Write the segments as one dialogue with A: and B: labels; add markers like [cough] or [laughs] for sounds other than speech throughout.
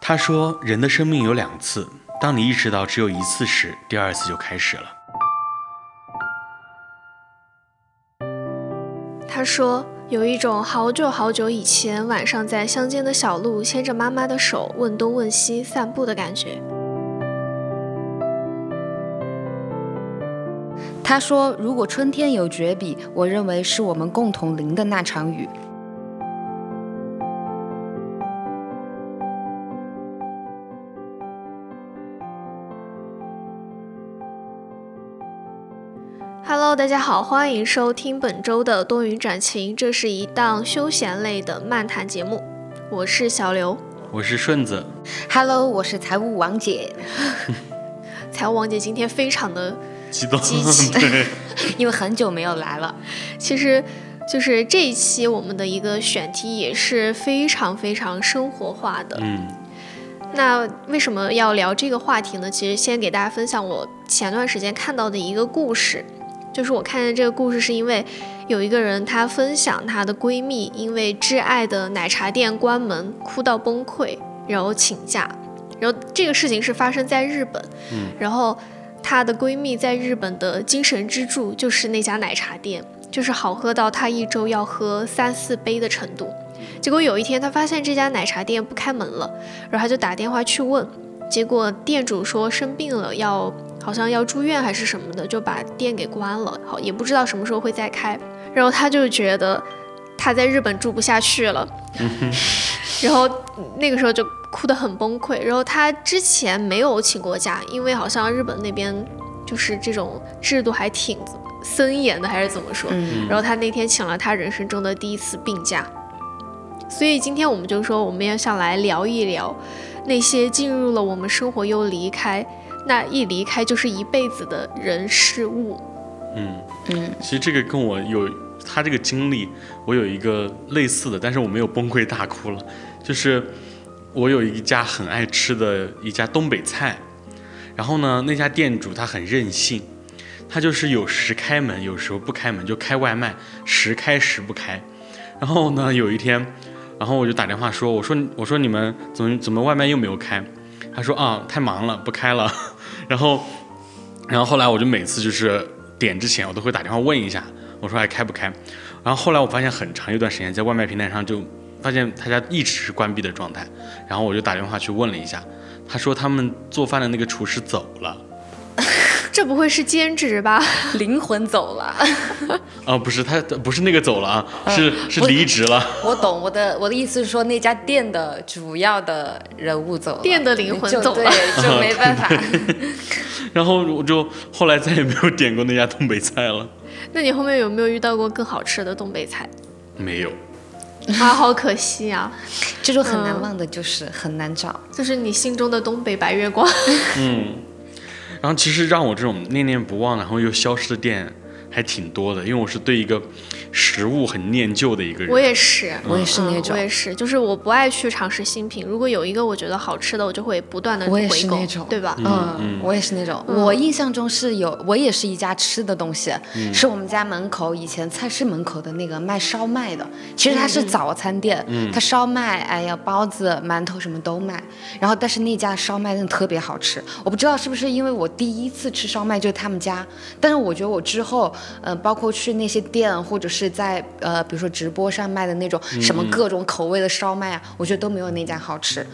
A: 他说：“人的生命有两次，当你意识到只有一次时，第二次就开始了。”
B: 他说：“有一种好久好久以前晚上在乡间的小路牵着妈妈的手问东问西散步的感觉。
C: 他说：“如果春天有绝笔，我认为是我们共同淋的那场雨。”
B: 大家好，欢迎收听本周的多云转晴，这是一档休闲类的漫谈节目。我是小刘，
A: 我是顺子
C: ，Hello，我是财务王姐。
B: 财务王姐今天非常的
A: 激动，
B: 激情，
C: 因为很久没有来了。
B: 其实，就是这一期我们的一个选题也是非常非常生活化的。
A: [laughs] 嗯，
B: 那为什么要聊这个话题呢？其实先给大家分享我前段时间看到的一个故事。就是我看见这个故事，是因为有一个人她分享她的闺蜜因为挚爱的奶茶店关门哭到崩溃，然后请假。然后这个事情是发生在日本，
A: 嗯、
B: 然后她的闺蜜在日本的精神支柱就是那家奶茶店，就是好喝到她一周要喝三四杯的程度。结果有一天她发现这家奶茶店不开门了，然后她就打电话去问，结果店主说生病了要。好像要住院还是什么的，就把店给关了，好也不知道什么时候会再开。然后他就觉得他在日本住不下去了，
A: 嗯、
B: 然后那个时候就哭得很崩溃。然后他之前没有请过假，因为好像日本那边就是这种制度还挺森严的，还是怎么说？
C: 嗯、
B: 然后他那天请了他人生中的第一次病假。所以今天我们就说，我们要想来聊一聊那些进入了我们生活又离开。那一离开就是一辈子的人事物。
A: 嗯
C: 嗯，
B: [laughs]
A: 其实这个跟我有他这个经历，我有一个类似的，但是我没有崩溃大哭了。就是我有一家很爱吃的一家东北菜，然后呢，那家店主他很任性，他就是有时开门，有时候不开门，就开外卖，时开时不开。然后呢，有一天，然后我就打电话说，我说我说你们怎么怎么外卖又没有开？他说啊，太忙了，不开了。 [laughs] 然后，然后后来我就每次就是点之前，我都会打电话问一下，我说还哎开不开。然后后来我发现很长一段时间在外卖平台上就发现他家一直是关闭的状态，然后我就打电话去问了一下，他说他们做饭的那个厨师走了。
B: 这不会是兼职吧？ [laughs]
C: 灵魂走了。
A: 啊，不是他，不是那个走了啊，是是离职了。
C: [laughs] 我懂，我的我的意思是说，那家店的主要的人物走了，
B: 店的灵魂
C: 就
B: 走了
C: 对，就没
B: [laughs]
C: 办法。
A: 然后我就后来再也没有点过那家东北菜了，
B: 那你后面有没有遇到过更好吃的东北菜？
A: 没有。
B: 啊，好可惜啊！
C: 这种很
B: 嗯
C: 难忘的，就是很难找。
B: 就是你心中的东北白月光。 [laughs]
A: 嗯，然后其实让我这种念念不忘，然后又消失的店还挺多的，因为我是对一个食物很念旧的一个人。
B: 我也是，
C: 我也是那种
B: 嗯我也是，就是我不爱去尝试新品。如果有一个我觉得好吃的，我就会不断的
C: 我也
B: 回
C: 是
B: 购
C: 那种，
B: 对吧？
C: 嗯，
A: 嗯
C: 我也是那种。我印象中是有，我也是一家吃的东西，是我们家门口以前菜市门口的那个卖烧麦的。其实它是早餐店，它烧麦，哎呀，包子、馒头什么都卖。然后，但是那家烧麦真的特别好吃。我不知道是不是因为我第一次吃烧麦就是他们家，但是我觉得我之后，呃，包括去那些店或者是在呃，比如说直播上卖的那种什么各种口味的烧麦啊，我觉得都没有那家好吃。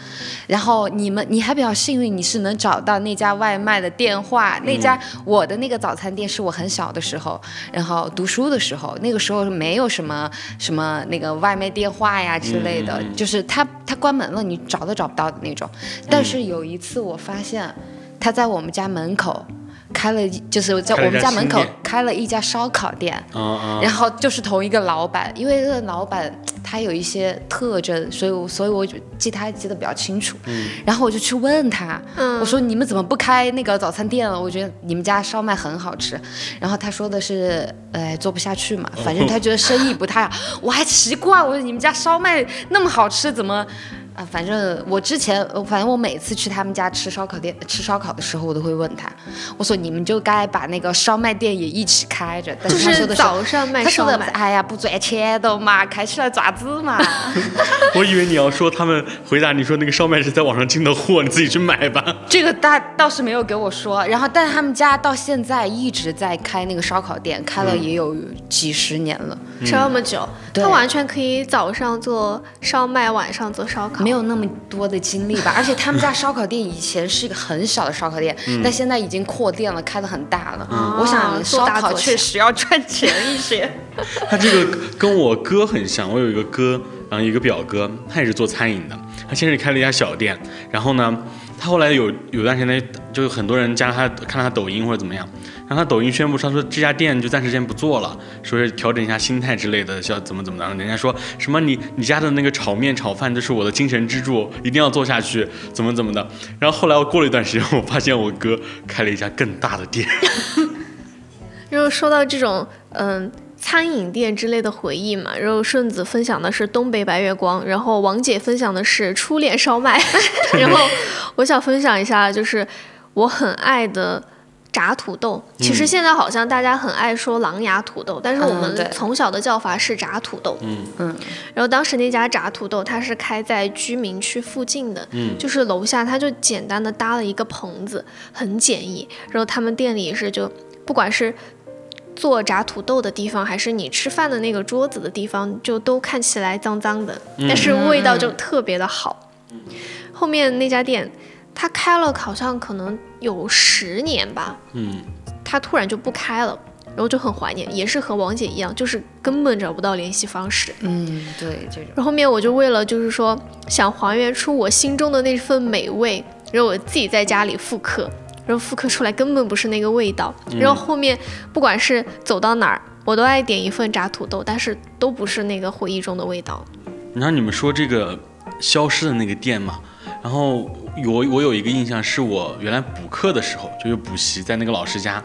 C: 然后你们你还比较幸运，你是能找到那家外卖的电话。那家我的那个早餐店是我很小的时候，然后读书的时候，那个时候没有什么什么那个外卖电话呀之类
A: 嗯
C: 的，就是它它关门了，你找都找不到的那种。
A: 嗯
C: 但是有一次我发现，他在我们家门口。开了一，就是在
A: 开了一家
C: 我们家门口
A: 新店
C: 开了一家烧烤店，
A: 嗯嗯，
C: 然后就是同一个老板，因为这个老板他有一些特征，所以我所以我就记他记得比较清楚。然后我就去问他，
B: 嗯
C: 我说你们怎么不开那个早餐店了？我觉得你们家烧麦很好吃。然后他说的是，呃，做不下去嘛，反正他觉得生意不太好。我还奇怪，我说你们家烧麦那么好吃，怎么啊，反正我之前，呃反正我每次去他们家吃烧烤店吃烧烤的时候，我都会问他，我说你们就该把那个烧麦店也一起开着。但
B: 就是
C: 他说的
B: 是早上卖
C: 他
B: 烧
C: 说的不是，
B: 麦，
C: 哎呀，不赚钱的嘛，开起来爪子嘛。
A: [laughs] 我以为你要说他们回答你说那个烧麦是在网上进的货，你自己去买吧。
C: 这个大倒是没有给我说，然后但是他们家到现在一直在开那个烧烤店，开了也有几十年了，
B: 这么久，
C: 嗯对
B: 他完全可以早上做烧麦，晚上做烧烤
C: 没。有那么多的精力吧。而且他们家烧烤店以前是一个很小的烧烤店，但现在已经扩店了，开得很大了。我想
B: 做
C: 烧
B: 大
C: 烤
B: 做小
C: 确实要赚钱一些。
A: 他这个跟我哥很像，我有一个哥，然后一个表哥，他也是做餐饮的，他先是开了一家小店，然后呢，他后来有有段时间，就是很多人加他看他抖音或者怎么样，然后他抖音宣布，他说这家店就暂时先不做了，说是调整一下心态之类的，要怎么怎么的，然后人家说什么你你家的那个炒面炒饭就是我的精神支柱，一定要做下去，怎么怎么的，然后后来我过了一段时间，我发现我哥开了一家更大的店，
B: 然后说到这种嗯餐饮店之类的回忆嘛，然后顺子分享的是东北白月光，然后王姐分享的是初恋烧麦， [laughs] 然后我想分享一下就是我很爱的。炸土豆，其实现在好像大家很爱说狼牙土豆，但是我
C: 嗯嗯对
B: 们从小的叫法是炸土豆。
A: 嗯
C: 嗯，
B: 然后当时那家炸土豆，它是开在居民区附近的，
A: 嗯
B: 就是楼下它就简单的搭了一个棚子，很简易。然后他们店里也是就不管是做炸土豆的地方，还是你吃饭的那个桌子的地方，就都看起来脏脏的，但是味道就特别的好。后面那家店，它开了好像可能有十年吧，
A: 嗯，
B: 它突然就不开了。然后就很怀念，也是和王姐一样，就是根本找不到联系方式。
C: 嗯，对，这种
B: 然后后面我就为了就是说想还原出我心中的那份美味，然后我自己在家里复刻，然后复刻出来根本不是那个味道。然后后面不管是走到哪儿，我都爱点一份炸土豆，但是都不是那个回忆中的味道。
A: 然后你们说这个消失的那个店嘛，然后我我有一个印象，是我原来补课的时候，就是补习在那个老师家，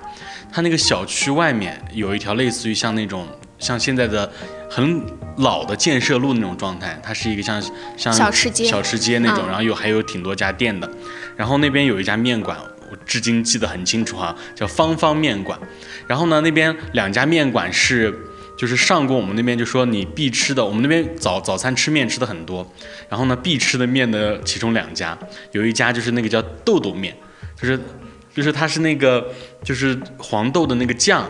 A: 他那个小区外面有一条类似于像那种像现在的很老的建设路那种状态，它是一个像像
B: 小吃街
A: 小吃街那种，
B: 嗯
A: 然后有还有挺多家店的，然后那边有一家面馆。我至今记得很清楚哈、叫芳芳面馆。然后呢，那边两家面馆是就是上过我们那边就说你必吃的，我们那边早早餐吃面吃的很多，然后呢必吃的面的其中两家，有一家就是那个叫豆豆面，就是就是它是那个就是黄豆的那个酱。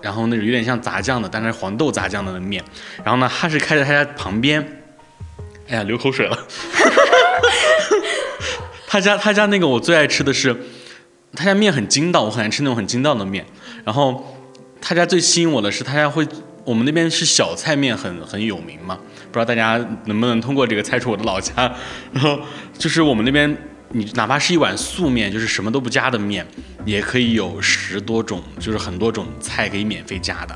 A: 然后那种有点像杂酱的，但是黄豆杂酱的面。然后呢，它是开在他家旁边，哎呀，流口水了。他家他家那个我最爱吃的是，他家面很筋道，我很爱吃那种很筋道的面。然后他家最吸引我的是，他家会，我们那边是小菜面很很有名嘛，不知道大家能不能通过这个猜出我的老家。 [laughs] 然后就是我们那边，你哪怕是一碗素面，就是什么都不加的面，也可以有十多种，就是很多种菜可以免费加的。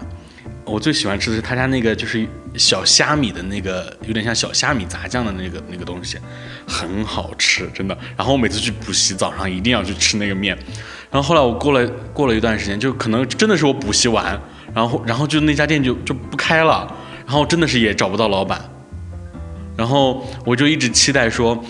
A: 我最喜欢吃的是他家那个就是小虾米的那个，有点像小虾米杂酱的那个那个东西，很好吃，真的。然后我每次去补习，早上一定要去吃那个面。然后后来我过了过了一段时间，就可能真的是我补习完，然后然后就那家店就就不开了，然后真的是也找不到老板，然后我就一直期待说。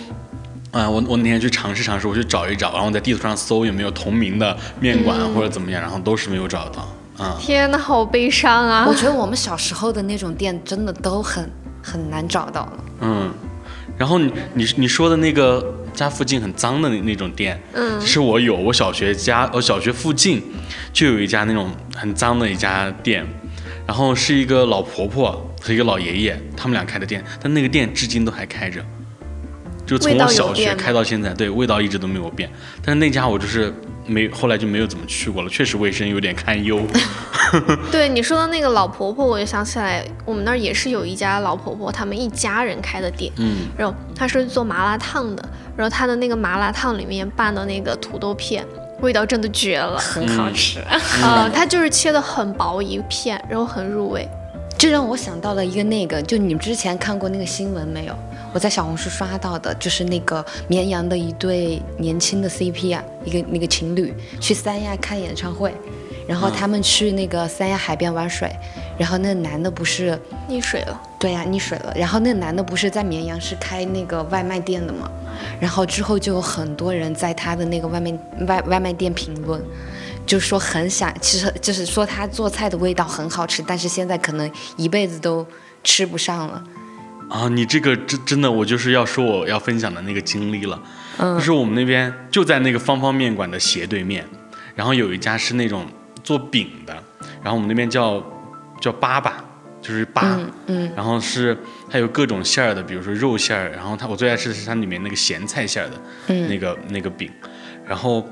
A: 啊、我我那天去尝试尝试，我去找一找，然后在地图上搜有没有同名的面馆、或者怎么样，然后都是没有找到。啊、
B: 天呐，好悲伤啊
C: 我！觉得我们小时候的那种店真的都很很难找到了。
A: 嗯，然后你你你说的那个家附近很脏的那那种店，
B: 嗯，
A: 是我有我小学家我小学附近就有一家那种很脏的一家店，然后是一个老婆婆和一个老爷爷他们俩开的店，但那个店至今都还开着，就从
B: 味道
A: 我
B: 有
A: 小学
B: 变吗
A: 开到现在，对味道一直都没有变，但是那家我就是没后来就没有怎么去过了，确实卫生有点堪
B: [laughs]
A: 忧。
B: 对你说的那个老婆婆，我就想起来，我们那儿也是有一家老婆婆，他们一家人开的店。
A: 嗯
B: 然后她是做麻辣烫的，然后她的那个麻辣烫里面拌的那个土豆片，味道真的绝了，很
A: 好
B: 吃。呃，它就是切的很薄一片，然后很入味。
C: 这让我想到了一个那个，就你们之前看过那个新闻没有？我在小红书刷到的，就是那个绵阳的一对年轻的 CP 啊，一个那个情侣去三亚看演唱会，然后他们去那个三亚海边玩水，然后那男的不是
B: 溺水了。
C: 对呀、溺水了。然后那男的不是在绵阳是开那个外卖店的嘛，然后之后就有很多人在他的那个外面外外卖店评论，就说很想，其实就是说他做菜的味道很好吃，但是现在可能一辈子都吃不上了。
A: 啊，你这个真真的，我就是要说我要分享的那个经历了。
C: 嗯
A: 就是我们那边就在那个方方面馆的斜对面，然后有一家是那种做饼的，然后我们那边叫叫粑粑，就是粑，
C: 嗯
A: 然后是它有各种馅儿的，比如说肉馅儿，然后它我最爱吃的是它里面那个咸菜馅儿的、
C: 嗯
A: 那个那个饼，然后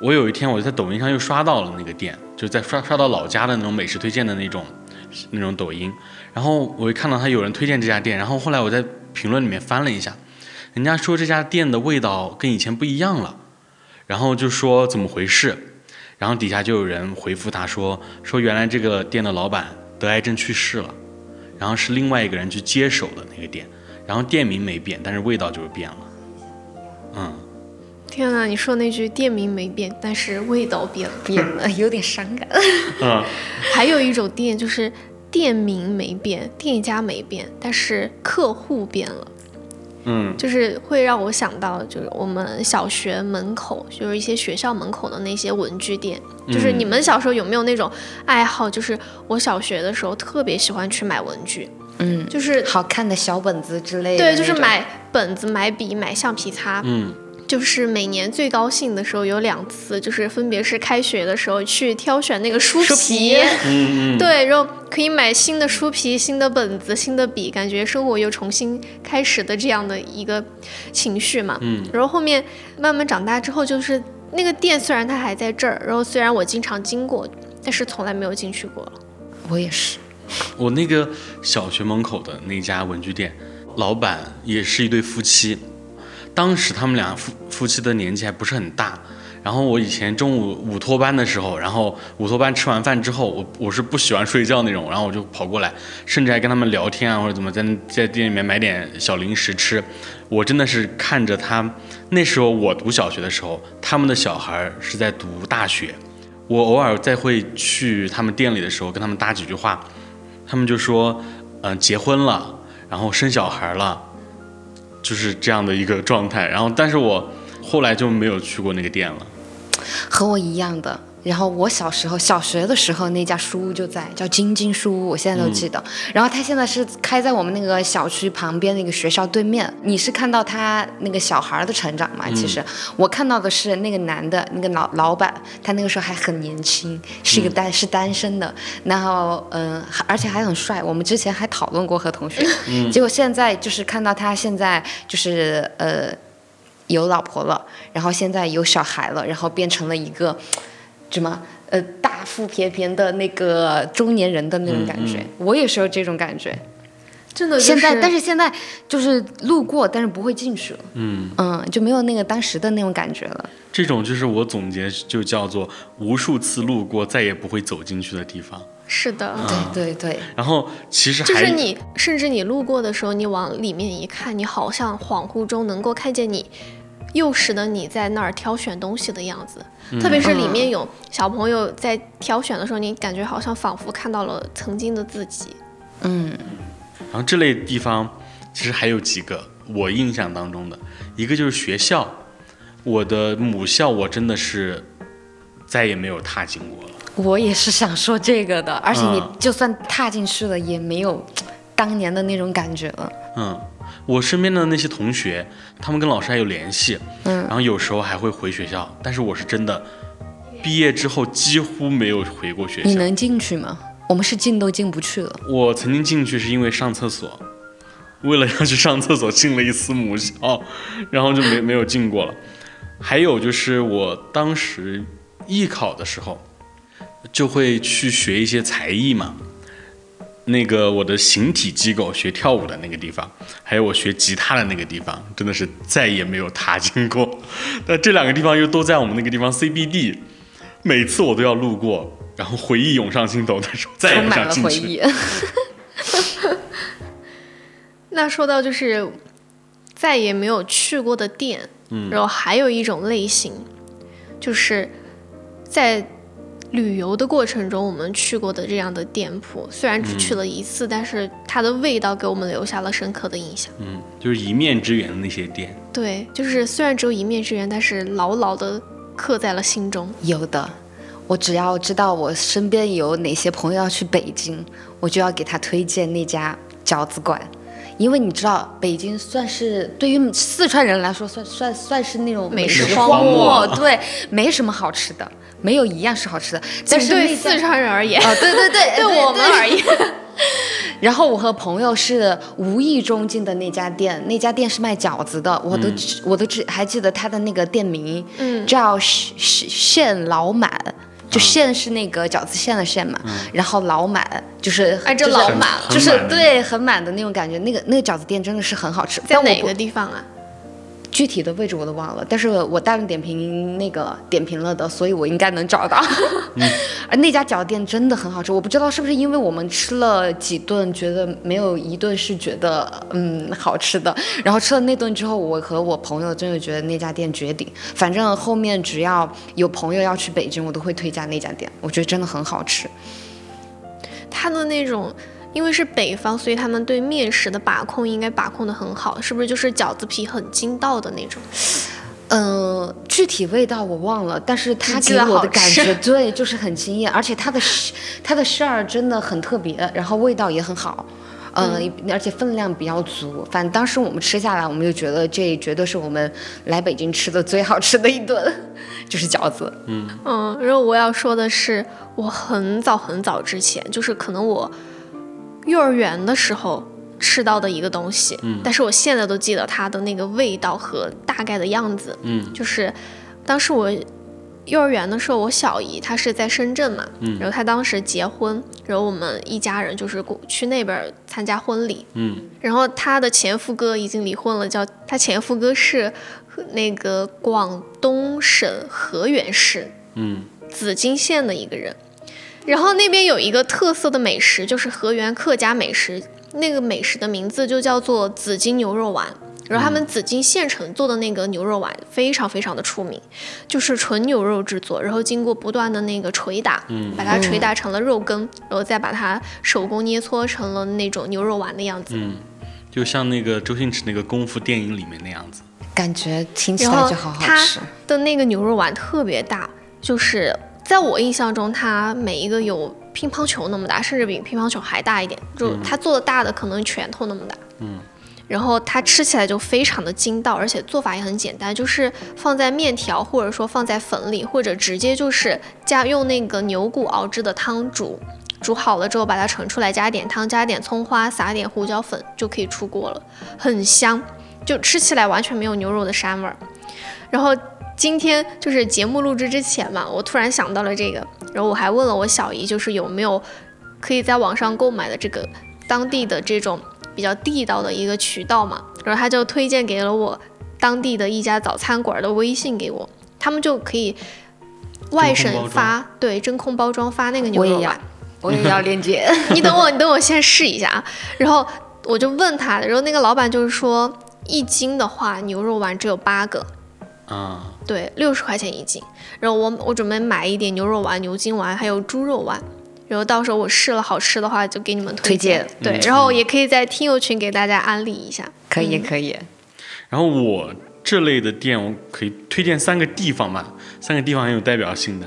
A: 我有一天我就在抖音上又刷到了那个店，就在刷刷到老家的那种美食推荐的那种那种抖音，然后我一看到他有人推荐这家店，然后后来我在评论里面翻了一下，人家说这家店的味道跟以前不一样了，然后就说怎么回事，然后底下就有人回复他说说原来这个店的老板得癌症去世了，然后是另外一个人去接手的那个店，然后店名没变，但是味道就是变了，嗯。
B: 天呐，你说那句店名没变，但是味道变了。
C: 也呃有点伤感，
A: 嗯，
B: 还有一种店就是店名没变，店家没变，但是客户变了。
A: 嗯，
B: 就是会让我想到，就是我们小学门口，就是一些学校门口的那些文具店。就是你们小时候有没有那种爱好？就是我小学的时候特别喜欢去买文具，
C: 嗯，
B: 就是
C: 好看的小本子之类的那
B: 对，
C: 种，
B: 就是买本子、买笔、买橡皮擦。
A: 嗯，
B: 就是每年最高兴的时候有两次，就是分别是开学的时候去挑选那个书
C: 书皮
A: 嗯嗯，
B: 对，然后可以买新的书皮、新的本子、新的笔，感觉生活又重新开始的这样的一个情绪嘛。嗯，然后后面慢慢长大之后，就是那个店虽然它还在这儿，然后虽然我经常经过，但是从来没有进去过了。
C: 我也是，
A: 我那个小学门口的那家文具店，老板也是一对夫妻，当时他们俩夫夫妻的年纪还不是很大。然后我以前中午午托班的时候，然后午托班吃完饭之后，我我是不喜欢睡觉那种，然后我就跑过来，甚至还跟他们聊天啊，或者怎么在在店里面买点小零食吃。我真的是看着他，那时候我读小学的时候，他们的小孩儿是在读大学，我偶尔再会去他们店里的时候跟他们搭几句话，他们就说，嗯、结婚了，然后生小孩了，就是这样的一个状态。然后，但是我后来就没有去过那个店了。
C: 和我一样的。然后我小时候小学的时候那家书屋就在，叫晶晶书屋，我现在都记得。然后它现在是开在我们那个小区旁边那个学校对面。你是看到他那个小孩的成长嘛？其实我看到的是那个男的，那个老老板，他那个时候还很年轻，是一个单、是单身的。然后嗯，还而且还很帅。我们之前还讨论过和同学，结果现在就是看到他现在就是呃有老婆了，然后现在有小孩了，然后变成了一个什么呃大腹便便的那个中年人的那种感
A: 嗯
C: 觉。我也是有这种感觉。
B: 真的、
C: 现在，但
B: 是
C: 是现在就是路过，但是不会进去了。嗯就没有那个当时的那种感觉了。
A: 这种就是我总结就叫做无数次路过再也不会走进去的地方。
B: 是的。
A: 嗯
C: 对对对，
A: 然后其实还
B: 就是你，甚至你路过的时候，你往里面一看，你好像恍惚中能够看见你幼时的你在那儿挑选东西的样子。特别是里面有小朋友在挑选的时候，你感觉好像仿佛看到了曾经的自己。
C: 嗯，
A: 然后这类地方其实还有几个我印象当中的，一个就是学校，我的母校我真的是再也没有踏进过了。
C: 我也是想说这个的，而且你
A: 嗯
C: 就算踏进去了，也没有当年的那种感觉了。
A: 嗯，我身边的那些同学，他们跟老师还有联系，嗯，然后有时候还会回学校，但是我是真的，毕业之后几乎没有回过学
C: 你
A: 校。
C: 能进去吗？我们是进都进不去了。
A: 我曾经进去是因为上厕所，为了要去上厕所进了一次母校， [laughs] 然后就没没有进过了。还有就是我当时艺考的时候，就会去学一些才艺嘛。那个我的形体机构学跳舞的那个地方，还有我学吉他的那个地方，真的是再也没有踏进过。 [laughs] 但这两个地方又都在我们那个地方 CBD，每次我都要路过，然后回忆涌上心头，但是我再也
C: 充
A: 不
C: 满
A: 想
C: 了
A: 进
C: 回
A: 去。
C: 忆。
B: 那说到就是再也没有去过的店，然后还有一种类型，就是在旅游的过程中我们去过的这样的店铺，虽然只去了一次，但是它的味道给我们留下了深刻的印象。
A: 嗯，就是一面之缘的那些店，
B: 对，就是虽然只有一面之缘，但是牢牢的刻在了心中。
C: 有的，我只要知道我身边有哪些朋友要去北京，我就要给他推荐那家饺子馆，因为你知道北京算是对于四川人来说 [laughs] 算算算是那种
B: 美
C: 食
A: 食
C: 荒
A: 荒漠
C: 对，没什么好吃的，没有一样是好吃的。但是
B: 对
C: 那家
B: 四川人而言，
C: 啊、
B: [laughs]
C: 对对 [laughs] 对，
B: 对我们而言，
C: 然后我和朋友是无意中进的那家店，那家店是卖饺子的，我
A: 嗯
C: 都、我都只还记得它的那个店名，
B: 嗯
C: 叫县县县老满。
A: 嗯
C: 就县是那个饺子馅的馅嘛，然后老满就是
B: 哎这
C: 就是
B: 老满
A: 了
C: 就是
A: 嗯很满
C: 对很满的那种感觉，那个那个饺子店真的是很好吃，
B: 在
C: [laughs] 但我
B: 哪
C: 不
B: 个地方啊？
C: 具体的位置我都忘了，但是我大众点评那个点评了的，所以我应该能找到。 [laughs] 而那家饺店真的很好吃，我不知道是不是因为我们吃了几顿，觉得没有一顿是觉得嗯好吃的，然后吃了那顿之后，我和我朋友真的觉得那家店绝顶。反正后面只要有朋友要去北京，我都会推荐那家店，我觉得真的很好吃。
B: 它的那种，因为是北方，所以他们对面食的把控应该把控的很好，是不是就是饺子皮很筋道的那种？
C: 嗯，具体味道我忘了，但是它
B: 记
C: 给
B: 得
C: 我
B: 好
C: 的感
B: 吃
C: 觉，对，就是很惊艳，而且它的馅它的馅儿真的很特别，然后味道也很好，嗯、而且分量比较足。反正当时我们吃下来，我们就觉得这绝对是我们来北京吃的最好吃的一顿， [laughs] 就是饺子。
B: 嗯，然后我要说的是，我很早很早之前，就是可能我幼儿园的时候吃到的一个东西，
A: 嗯
B: 但是我现在都记得它的那个味道和大概的样子。
A: 嗯，
B: 就是当时我幼儿园的时候，我小姨她是在深圳嘛，
A: 嗯
B: 然后她当时结婚，然后我们一家人就是过去那边儿参加婚礼，
A: 嗯，
B: 然后她的前夫哥已经离婚了，叫她前夫哥是那个广东省河源市，
A: 嗯，
B: 紫金县的一个人。然后那边有一个特色的美食，就是河源客家美食，那个美食的名字就叫做紫金牛肉丸。然后他们紫金县城做的那个牛肉丸非常非常的出名，就是纯牛肉制作，然后经过不断的那个捶打，把它捶打成了肉羹，然后再把它手工捏搓成了那种牛肉丸的样子。
A: 就像那个周星驰那个功夫电影里面那样子，
C: 感觉听起
B: 然
C: 来
B: 后
C: 就好好
B: 它
C: 吃。
B: 的那个牛肉丸特别大，就是在我印象中，它每一个有乒乓球那么大，甚至比乒乓球还大一点。就它做的大的可能拳头那么大。嗯。然后它吃起来就非常的筋道，而且做法也很简单，就是放在面条，或者说放在粉里，或者直接就是加用那个牛骨熬制的汤煮，煮好了之后把它盛出来，加点汤，加点葱花，撒点胡椒粉就可以出锅了，很香，就吃起来完全没有牛肉的膻味儿。然后今天就是节目录制之前嘛，我突然想到了这个，然后我还问了我小姨，就是有没有可以在网上购买的这个当地的这种比较地道的一个渠道嘛，然后她就推荐给了我当地的一家早餐馆的微信给我，他们就可以外
A: 真空包
B: 省
A: 装
B: 发，对，真空包装发那个牛
C: 我
B: 肉
C: 也要
B: 丸。，
C: 我也要链接。
B: 你等我，你等我先试一下啊。然后我就问他，然后那个老板就是说，一斤的话牛肉丸只有八个，
A: 啊，
B: 对，六十块钱一斤。然后我我准备买一点牛肉丸、牛筋丸，还有猪肉丸。然后到时候我试了好吃的话，就给你们推荐。
A: 推荐
B: 对，
A: 嗯
B: 然后也可以在听友群给大家安利一下。
C: [laughs] 可以可以，
A: 然后我这类的店，我可以推荐三个地方吧，三个地方很有代表性的。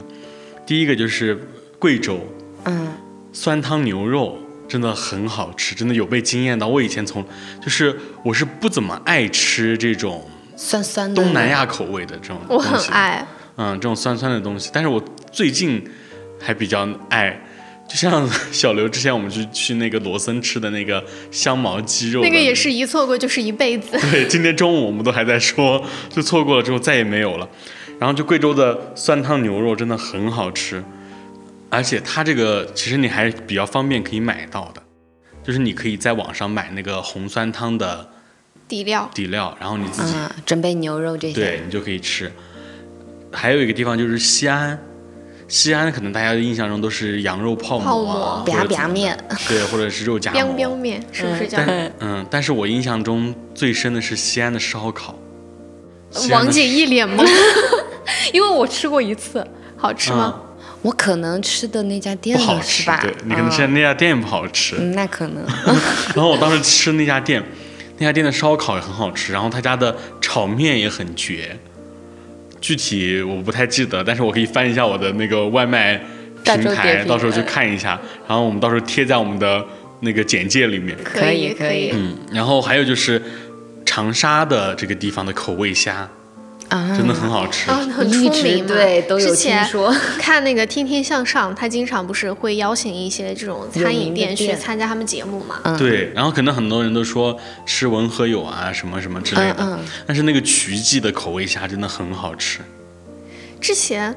A: 第一个就是贵州
C: 嗯，
A: 酸汤牛肉，真的很好吃，真的有被惊艳到。我以前从就是我是不怎么爱吃这种
C: 酸酸的。
A: 东南亚口味的这种东西，
B: 我很爱，
A: 嗯，这种酸酸的东西。但是我最近还比较爱，就像 [laughs] 小刘之前我们去去那个罗森吃的那个香茅鸡肉的，
B: 那个也是一错过就是一辈子。
A: [laughs] 对，今天中午我们都还在说，就错过了之后再也没有了。然后就贵州的酸汤牛肉真的很好吃，而且它这个其实你还比较方便可以买到的，就是你可以在网上买那个红酸汤的
B: 底料，
A: 底料，然后你自己
C: 嗯，准备牛肉这些。
A: 对你就可以吃。还有一个地方就是西安，西安可能大家的印象中都是羊肉泡
B: 泡
A: 馍啊或
B: 馍，
A: 者
C: 吧
A: 怎
C: 吧
A: 么
C: 面，
A: 对，或者是肉夹
B: 彪
A: 馍。
B: 彪面是不是叫？
A: 但嗯，但是我印象中最深的是西安的烧烤。西安
B: 王
A: 的 [laughs]
B: 姐一脸懵，
C: 因为我吃过一次，
B: 好吃吗？
A: 嗯
C: 我可能吃的那家店
A: 不好
C: 了是
A: 吃，
C: 吧？
A: 对你可能现在那家店也不好吃。
C: 嗯，那可 [laughs] 能
A: 然后我当时吃那家店，那家店的烧烤也很好吃，然后他家的炒面也很绝。具体我不太记得，但是我可以翻一下我的那个外卖
C: 到
A: 平
C: 时候叠
A: 台，
C: 屏
A: 到时候去
C: 嗯
A: 看一下，然后我们到时候贴在我们的那个简介里面。
B: 可以
C: 可以
B: 以
C: 可以，
A: 嗯，然后还有就是长沙的这个地方的口味虾
C: 啊，
A: 真的很好吃，
B: 啊，很出
C: 一直
B: 名嘛。
C: 对都有
B: 之前
C: 听说
B: [laughs] 看那个《天天向上》，他经常不是会邀请一些这种餐饮店去参加他们节目
C: 啊
B: 嘛？
C: 嗯
A: 对。然后可能很多人都说吃文和友啊什么什么之类的，
C: 嗯嗯
A: 但是那个瞿记的口味虾真的很好吃。
B: 之前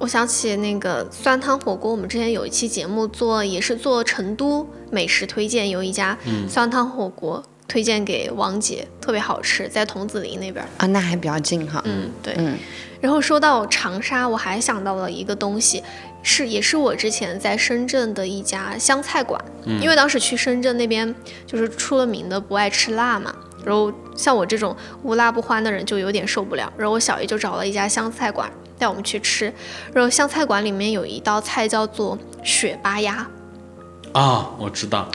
B: 我想起那个酸汤火锅，我们之前有一期节目做，也是做成都美食推荐，有一家
C: 嗯
B: 酸汤火锅推荐给王姐，特别好吃，在桐梓林那边。
C: 啊，那还比较近哈。
B: 嗯，对。
C: 嗯
B: 然后说到长沙，我还想到了一个东西，是也是我之前在深圳的一家湘菜馆，因为当时去深圳那边就是出了名的不爱吃辣嘛，然后像我这种无辣不欢的人就有点受不了，然后我小姨就找了一家湘菜馆带我们去吃，然后湘菜馆里面有一道菜叫做雪巴鸭，
A: 啊，我知道，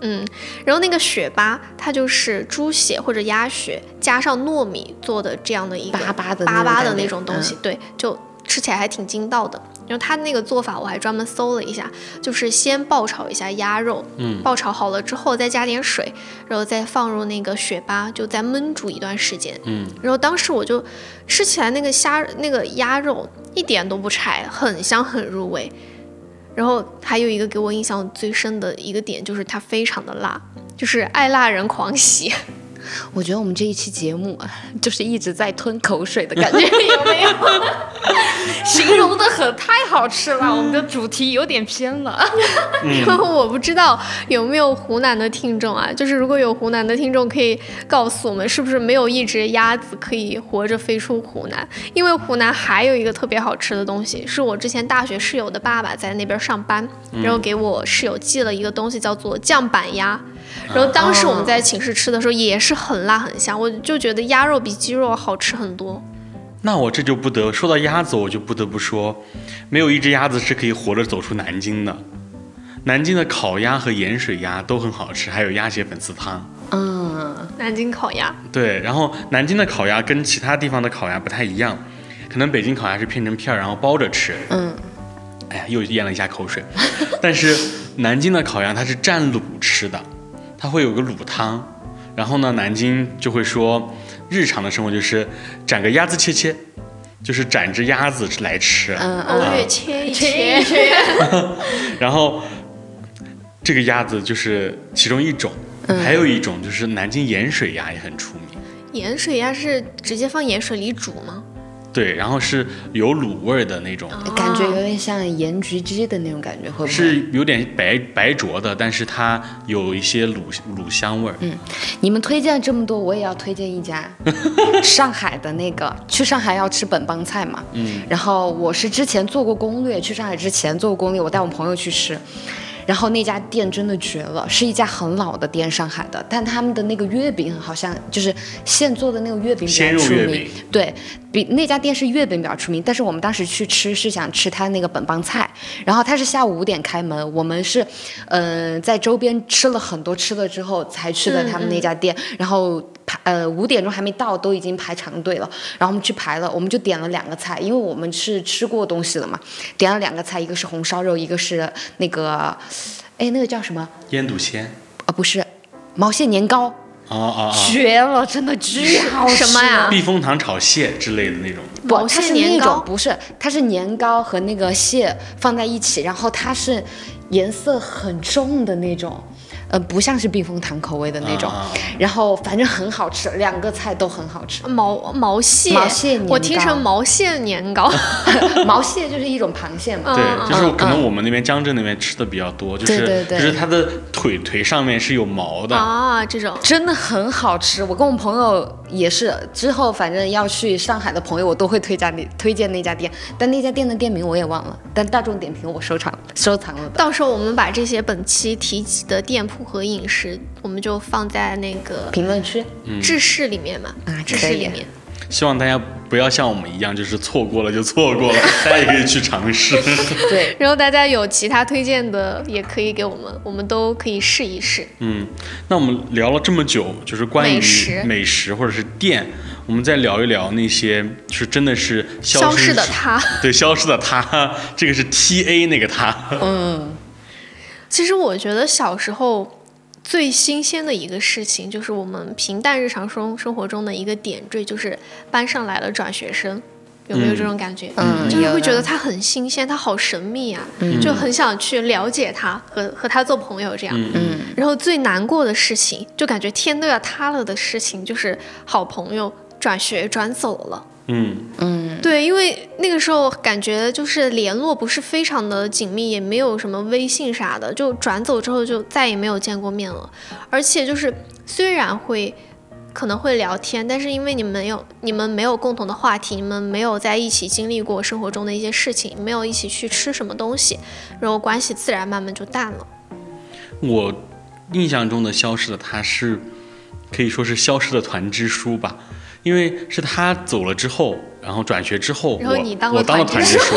B: 嗯，然后那个雪巴，它就是猪血或者鸭血加上糯米做的这样的一个
C: 巴巴的
B: 巴
C: 那种
B: 巴
C: 感
B: 的那
C: 觉嗯
B: 种东西，对，就吃起来还挺筋道的。然后它那个做法我还专门搜了一下，就是先爆炒一下鸭肉，
A: 嗯
B: 爆炒好了之后再加点水，然后再放入那个雪巴，就再焖煮一段时间。
A: 嗯，
B: 然后当时我就吃起来那个虾那个鸭肉一点都不柴，很香很入味。然后还有一个给我印象最深的一个点就是它非常的辣，就是爱辣人狂喜。
C: 嗯我觉得我们这一期节 [laughs] 目啊就是一直在吞口水的感 [laughs] 觉，有没有？形容的很太好吃了，我们的主题有点偏了。嗯
B: 然后 [laughs] 我不知道有没有湖南的听众啊，就是如果有湖南的听众，可以告诉我们是不是没有一只鸭子可以活着飞出湖南？因为湖南还有一个特别好吃的东西，是我之前大学室友的爸爸在那边上班，然后给我室友寄了一个东西，叫做酱板鸭。然后当时我们在寝室吃的时候也是很辣很香，我就觉得鸭肉比鸡肉好吃很多。
A: 那我这就不得说到鸭子，我就不得不说，没有一只鸭子是可以活着走出南京的。南京的烤鸭和盐水鸭都很好吃，还有鸭血粉丝汤。
C: 嗯，
B: 南京烤鸭，
A: 对，然后南京的烤鸭跟其他地方的烤鸭不太一样，可能北京烤鸭是片成片儿然后包着吃。
C: 嗯。
A: 哎呀，又咽了一下口水。但是南京的烤鸭它是蘸卤吃的，它会有个卤汤。然后呢，南京就会说，日常的生活就是斩个鸭子切切，就是斩只鸭子来吃。
C: 嗯
B: 我
C: 嗯，
B: 也切一呃切。
A: 然后这个鸭子就是其中一种，
C: 嗯
A: 还有一种就是南京盐水鸭也很出名。
B: 盐水鸭是直接放盐水里煮吗？
A: 对，然后是有卤味儿的那种，
C: 感觉有点像盐焗鸡的那种感觉，会不会？
A: 是有点白白灼的，但是它有一些卤卤香味儿。
C: 嗯你们推荐这么多，我也要推荐
A: [laughs]
C: 一家上海的那个。去上海要吃本帮菜嘛，嗯，然后我是之前做过攻略，去上海之前做过攻略，我带我朋友去吃。然后那家店真的绝了，是一家很老的店，上海的，但他们的那个月饼好像就是现做的那个月饼比较
A: 鲜肉
C: 出
A: 月
C: 名
A: 饼，
C: 对比那家店是月饼比较出名，但是我们当时去吃是想吃他那个本帮菜，然后他是下午五点开门，我们是，嗯、在周边吃了很多吃了之后才去的他们那家店，然后排呃五点钟还没到都已经排长队了，然后我们去排了，我们就点了两个菜，因为我们是吃过东西了嘛，点了两个菜，一个是红烧肉，一个是那个，哎那个叫什么？
A: 腌笃鲜，
C: 啊不是，毛线年糕，
A: 哦哦哦，
C: 绝了，真的巨啊好吃啊
B: 什么呀
A: 避风塘炒蟹之类的那种。
C: 不，
B: 毛
C: 它
B: 线
C: 是那
B: 年
C: 种
B: 糕
C: 不是，它是年糕和那个蟹放在一起，然后它是颜色很重的那种，呃，不像是避风塘口味的那种，
A: 啊
C: [laughs] 然后反正很好吃，两个菜都很好 [laughs] 吃。
B: 毛毛蟹，
C: 毛蟹年糕
B: 我听成毛蟹年 [laughs] 糕。
C: 毛蟹就是一种螃蟹嘛，
A: 啊对，
B: 嗯
A: 就是
C: 嗯
A: 可能我们那边江浙那边吃的比较多，就是
C: 对对对哦
A: 就是它的腿腿上面是有毛的，
B: 啊，这种
C: 真的很好吃。我跟我朋友也是，之后反正要去上海的朋友，我都会推荐那推荐那家店，但那家店的店名我也忘了，但大众点评我收藏收藏了的。
B: 到时候我们把这些本期提及的店铺和饮食，我们就放在那个
C: 评论区
B: 嗯志士里面嘛，
C: 啊
B: 志士
C: 可以
B: 里面。
A: 希望大家不要像我们一样，就是错过了就错过
C: [laughs]
A: 了，大家也可以去尝试。
C: 对，
B: 然后大家有其他推荐的也可以给我们，我们都可以试一试。
A: 嗯，那我们聊了这么久，就是关于
B: 美食
A: 美食或者是店，我们再聊一聊那些是真的是消
B: 消失的他，
A: 对，消失的他， [laughs] 这个是 T A 那个他，
C: 嗯，
B: 其实我觉得小时候最新鲜的一个事情，就是我们平淡日常生生活中的一个点缀，就是班上来了转学生，有没有这种感觉？
C: 嗯
B: 就是会觉
C: 有
B: 得
C: 的嗯
B: 他很新鲜，他好神秘啊，就很想去了解他，和和他做朋友这样。
A: 嗯
B: 然后最难过的事情，就感觉天都要塌了的事情，就是好朋友转学转走了。
A: 嗯
B: 对，因为那个时候感觉就是联络不是非常的紧密，也没有什么微信啥的，就转走之后就再也没有见过面了。而且就是虽然会可能会聊天，但是因为你们没有你们没有共同的话题，你们没有在一起经历过生活中的一些事情，没有一起去吃什么东西，然后关系自然慢慢就淡了。
A: 我印象中的消失的他是可以说是消失的团支书吧，因为是他走了之后，然后转学之后，
B: 然后
A: 我
B: 你当了
A: 我当了团
B: 团
A: 支
B: 支
A: 书，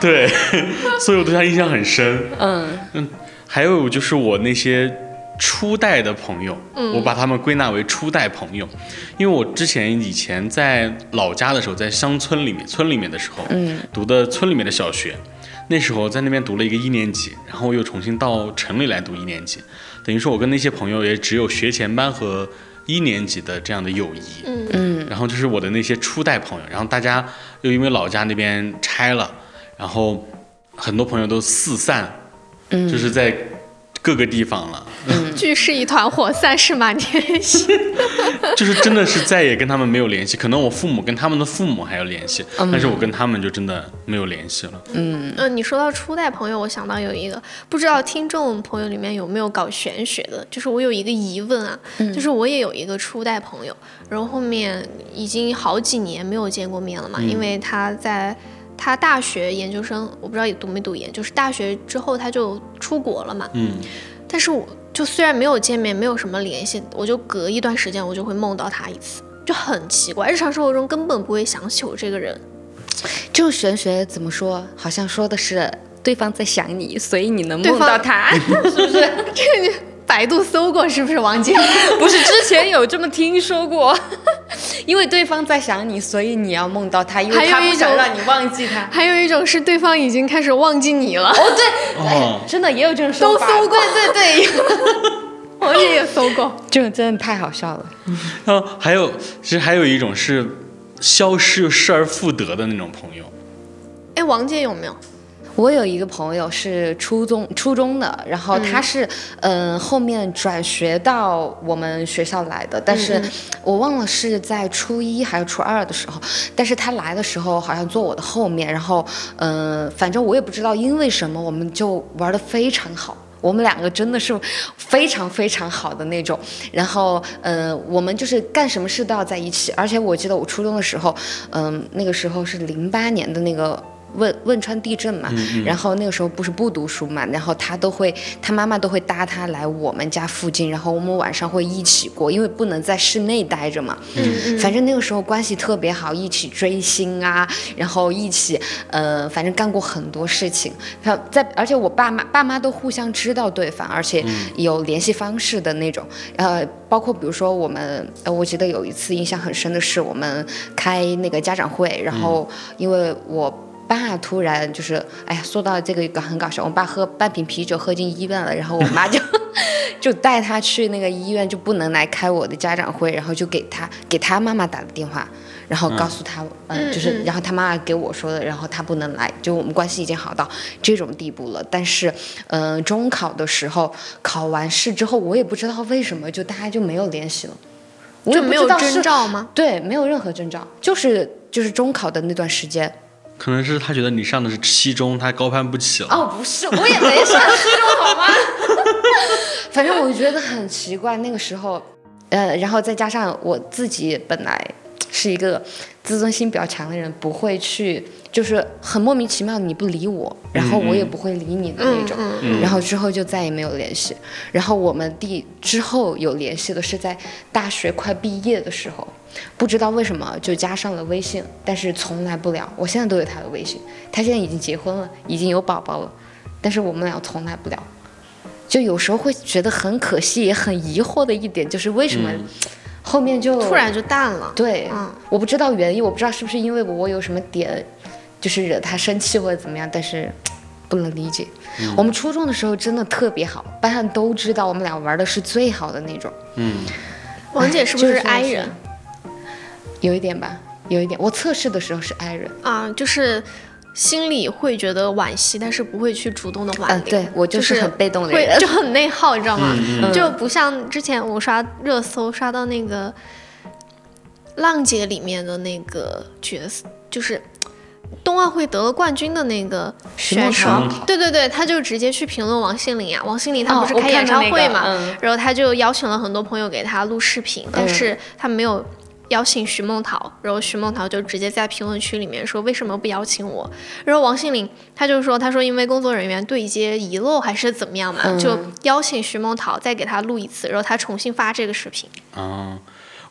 A: 对， [laughs] 所以我对他印象很深。嗯嗯，还有就是我那些。初代的朋友，我把他们归纳为初代朋友，因为我之前以前在老家的时候，在乡村里面，村里面的时候，读的村里面的小学，那时候在那边读了一个一年级，然后又重新到城里来读一年级，等于说我跟那些朋友也只有学前班和一年级的这样的友谊。
B: 嗯
A: 嗯。然后就是我的那些初代朋友，然后大家又因为老家那边拆了，然后很多朋友都四散，嗯、就是在各个地方
C: [laughs]
A: 了，
B: 聚是一团火，散是满 [laughs] 天星。
A: 就是真的是再也跟他们没有联系。可能我父母跟他们的父母还有联系，
C: 嗯
A: 但是我跟他们就真的没有联系了。
B: 嗯，你说到初代朋友，我想到有一个，不知道听众朋友里面有没有搞玄学的，就是我有一个疑问啊，就是我也有一个初代朋友，然后后面已经好几年没有见过面了嘛，因为他在他大学研究生，我不知道也读没读研，就是大学之后他就出国了嘛，
A: 嗯
B: 但是我就虽然没有见面，没有什么联系，我就隔一段时间我就会梦到他一次，就很奇怪，日常生活中根本不会想起我这个人，
C: 这个玄学怎么说？好像说的是对方在想你，所以你能
B: 对
C: 梦到
B: 方 [laughs]
C: 他，是不是？
B: 百度搜过是不是 [laughs] 王姐？
C: 不是之前有这么听说过， [laughs] 因为对方在想你，所以你要梦到他，因
B: 还
C: 为
B: 有
C: 他不
B: 一
C: 想
B: 种
C: 让你忘记他。
B: 还有一种是对方已经开始忘记你了，
C: 哦，对，
A: 哦，
C: 真的也有这种
B: 都
C: 说法，
B: 搜过，对对对， [laughs] 我也也搜过。
C: 这种真的太好笑了。
A: 然后还有，其实还有一种是消失又失而复得的那种朋友。
B: 哎，王姐有没有？
C: 我有一个朋友是初中初中的，然后他是嗯、呃后面转学到我们学校来的，但是我忘了是在初一还是初二的时候，但是他来的时候好像坐我的后面，然后嗯、呃反正我也不知道因为什么，我们就玩的非常好。我们两个真的是非常非常好的那种，然后，嗯、我们就是干什么事都要在一起，而且我记得我初中的时候，嗯、那个时候是零八年的那个汶汶川地震嘛，然后那个时候不是不读书嘛，然后他都会，他妈妈都会搭他来我们家附近，然后我们晚上会一起过，因为不能在室内待着嘛。嗯，反正那个时候关系特别好，一起追星啊，然后一起，呃，反正干过很多事情。他在，而且我爸妈爸妈都互相知道对方，而且有联系方式的那种。呃，包括比如说我们，呃，我记得有一次印象很深的是我们开那个家长会，然后因为我。爸突然就是，哎呀，说到这个很搞笑，我爸喝半瓶啤酒喝进医院了，然后我妈就就带他去那个医院，就不能来开我的家长会，然后就给他给他妈妈打的电话，然后告诉他，嗯，
B: 嗯
C: 就是
B: 嗯
C: 然后他妈妈给我说的，然后他不能来，就我们关系已经好到这种地步了。但是，嗯、中考的时候考完试之后，我也不知道为什么就大家就没有联系了，我也
B: 就
C: 不
B: 没
C: 知
B: 有
C: 道
B: 征
C: 是
B: 兆吗？
C: 对，没有任何征兆，就是就是中考的那段时间，
A: 可能是他觉得你上的是七中，他高攀不起了。
C: 哦，不是，我也没上初中好吗？反正我觉得很奇怪，那个时候，呃，然后再加上我自己本来是一个自尊心比较强的人，不会去，就是很莫名其妙你不理我，然后我也不会理你的那种。
B: 嗯
C: 然后之后就再也没有联系。然后我们第之后有联系的是在大学快毕业的时候，不知道为什么就加上了微信，但是从来不聊。我现在都有他的微信，他现在已经结婚了，已经有宝宝了，但是我们俩从来不聊。就有时候会觉得很可惜，也很疑惑的一点就是为什么后面就
B: 嗯突然就淡了。
C: 对，
B: 嗯
C: 我不知道原因，我不知道是不是因为我有什么点，就是惹他生气或者怎么样，但是不能理解。我们初中的时候真的特别好，班上都知道我们俩玩的是最好的那种，
A: 嗯，
B: 王姐是不
C: 就是是
B: I 人？
C: 有一点吧，有一点。我测试的时候是 I 人，
B: 啊？就是心里会觉得惋惜，但是不会去主动的挽
C: 嗯
B: 留。
C: 对我
B: 就
C: 就是很被动的
B: 会
C: 人
B: 就很内耗，你知道吗？
A: 嗯
B: 就不像之前我刷热搜刷到那个《浪姐》里面的那个角色，就是。冬奥会得了冠军的那个
C: 徐梦
B: 选手
A: 桃徐梦桃，
B: 对对对，他就直接去评论王心凌啊，王心凌她不是
C: 哦我
B: 开演
C: 看到
B: 唱
C: 那个
B: 会嘛，
C: 嗯
B: 然后他就邀请了很多朋友给他录视频，但是他没
C: 嗯
B: 有邀请徐梦桃，然后徐梦桃就直接在评论区里面说为什么不邀请我？然后王心凌他就说他说因为工作人员对接遗漏还是怎么样嘛，
C: 嗯
B: 就邀请徐梦桃再给他录一次，然后他重新发这个视
C: 嗯
B: 频。
A: 啊，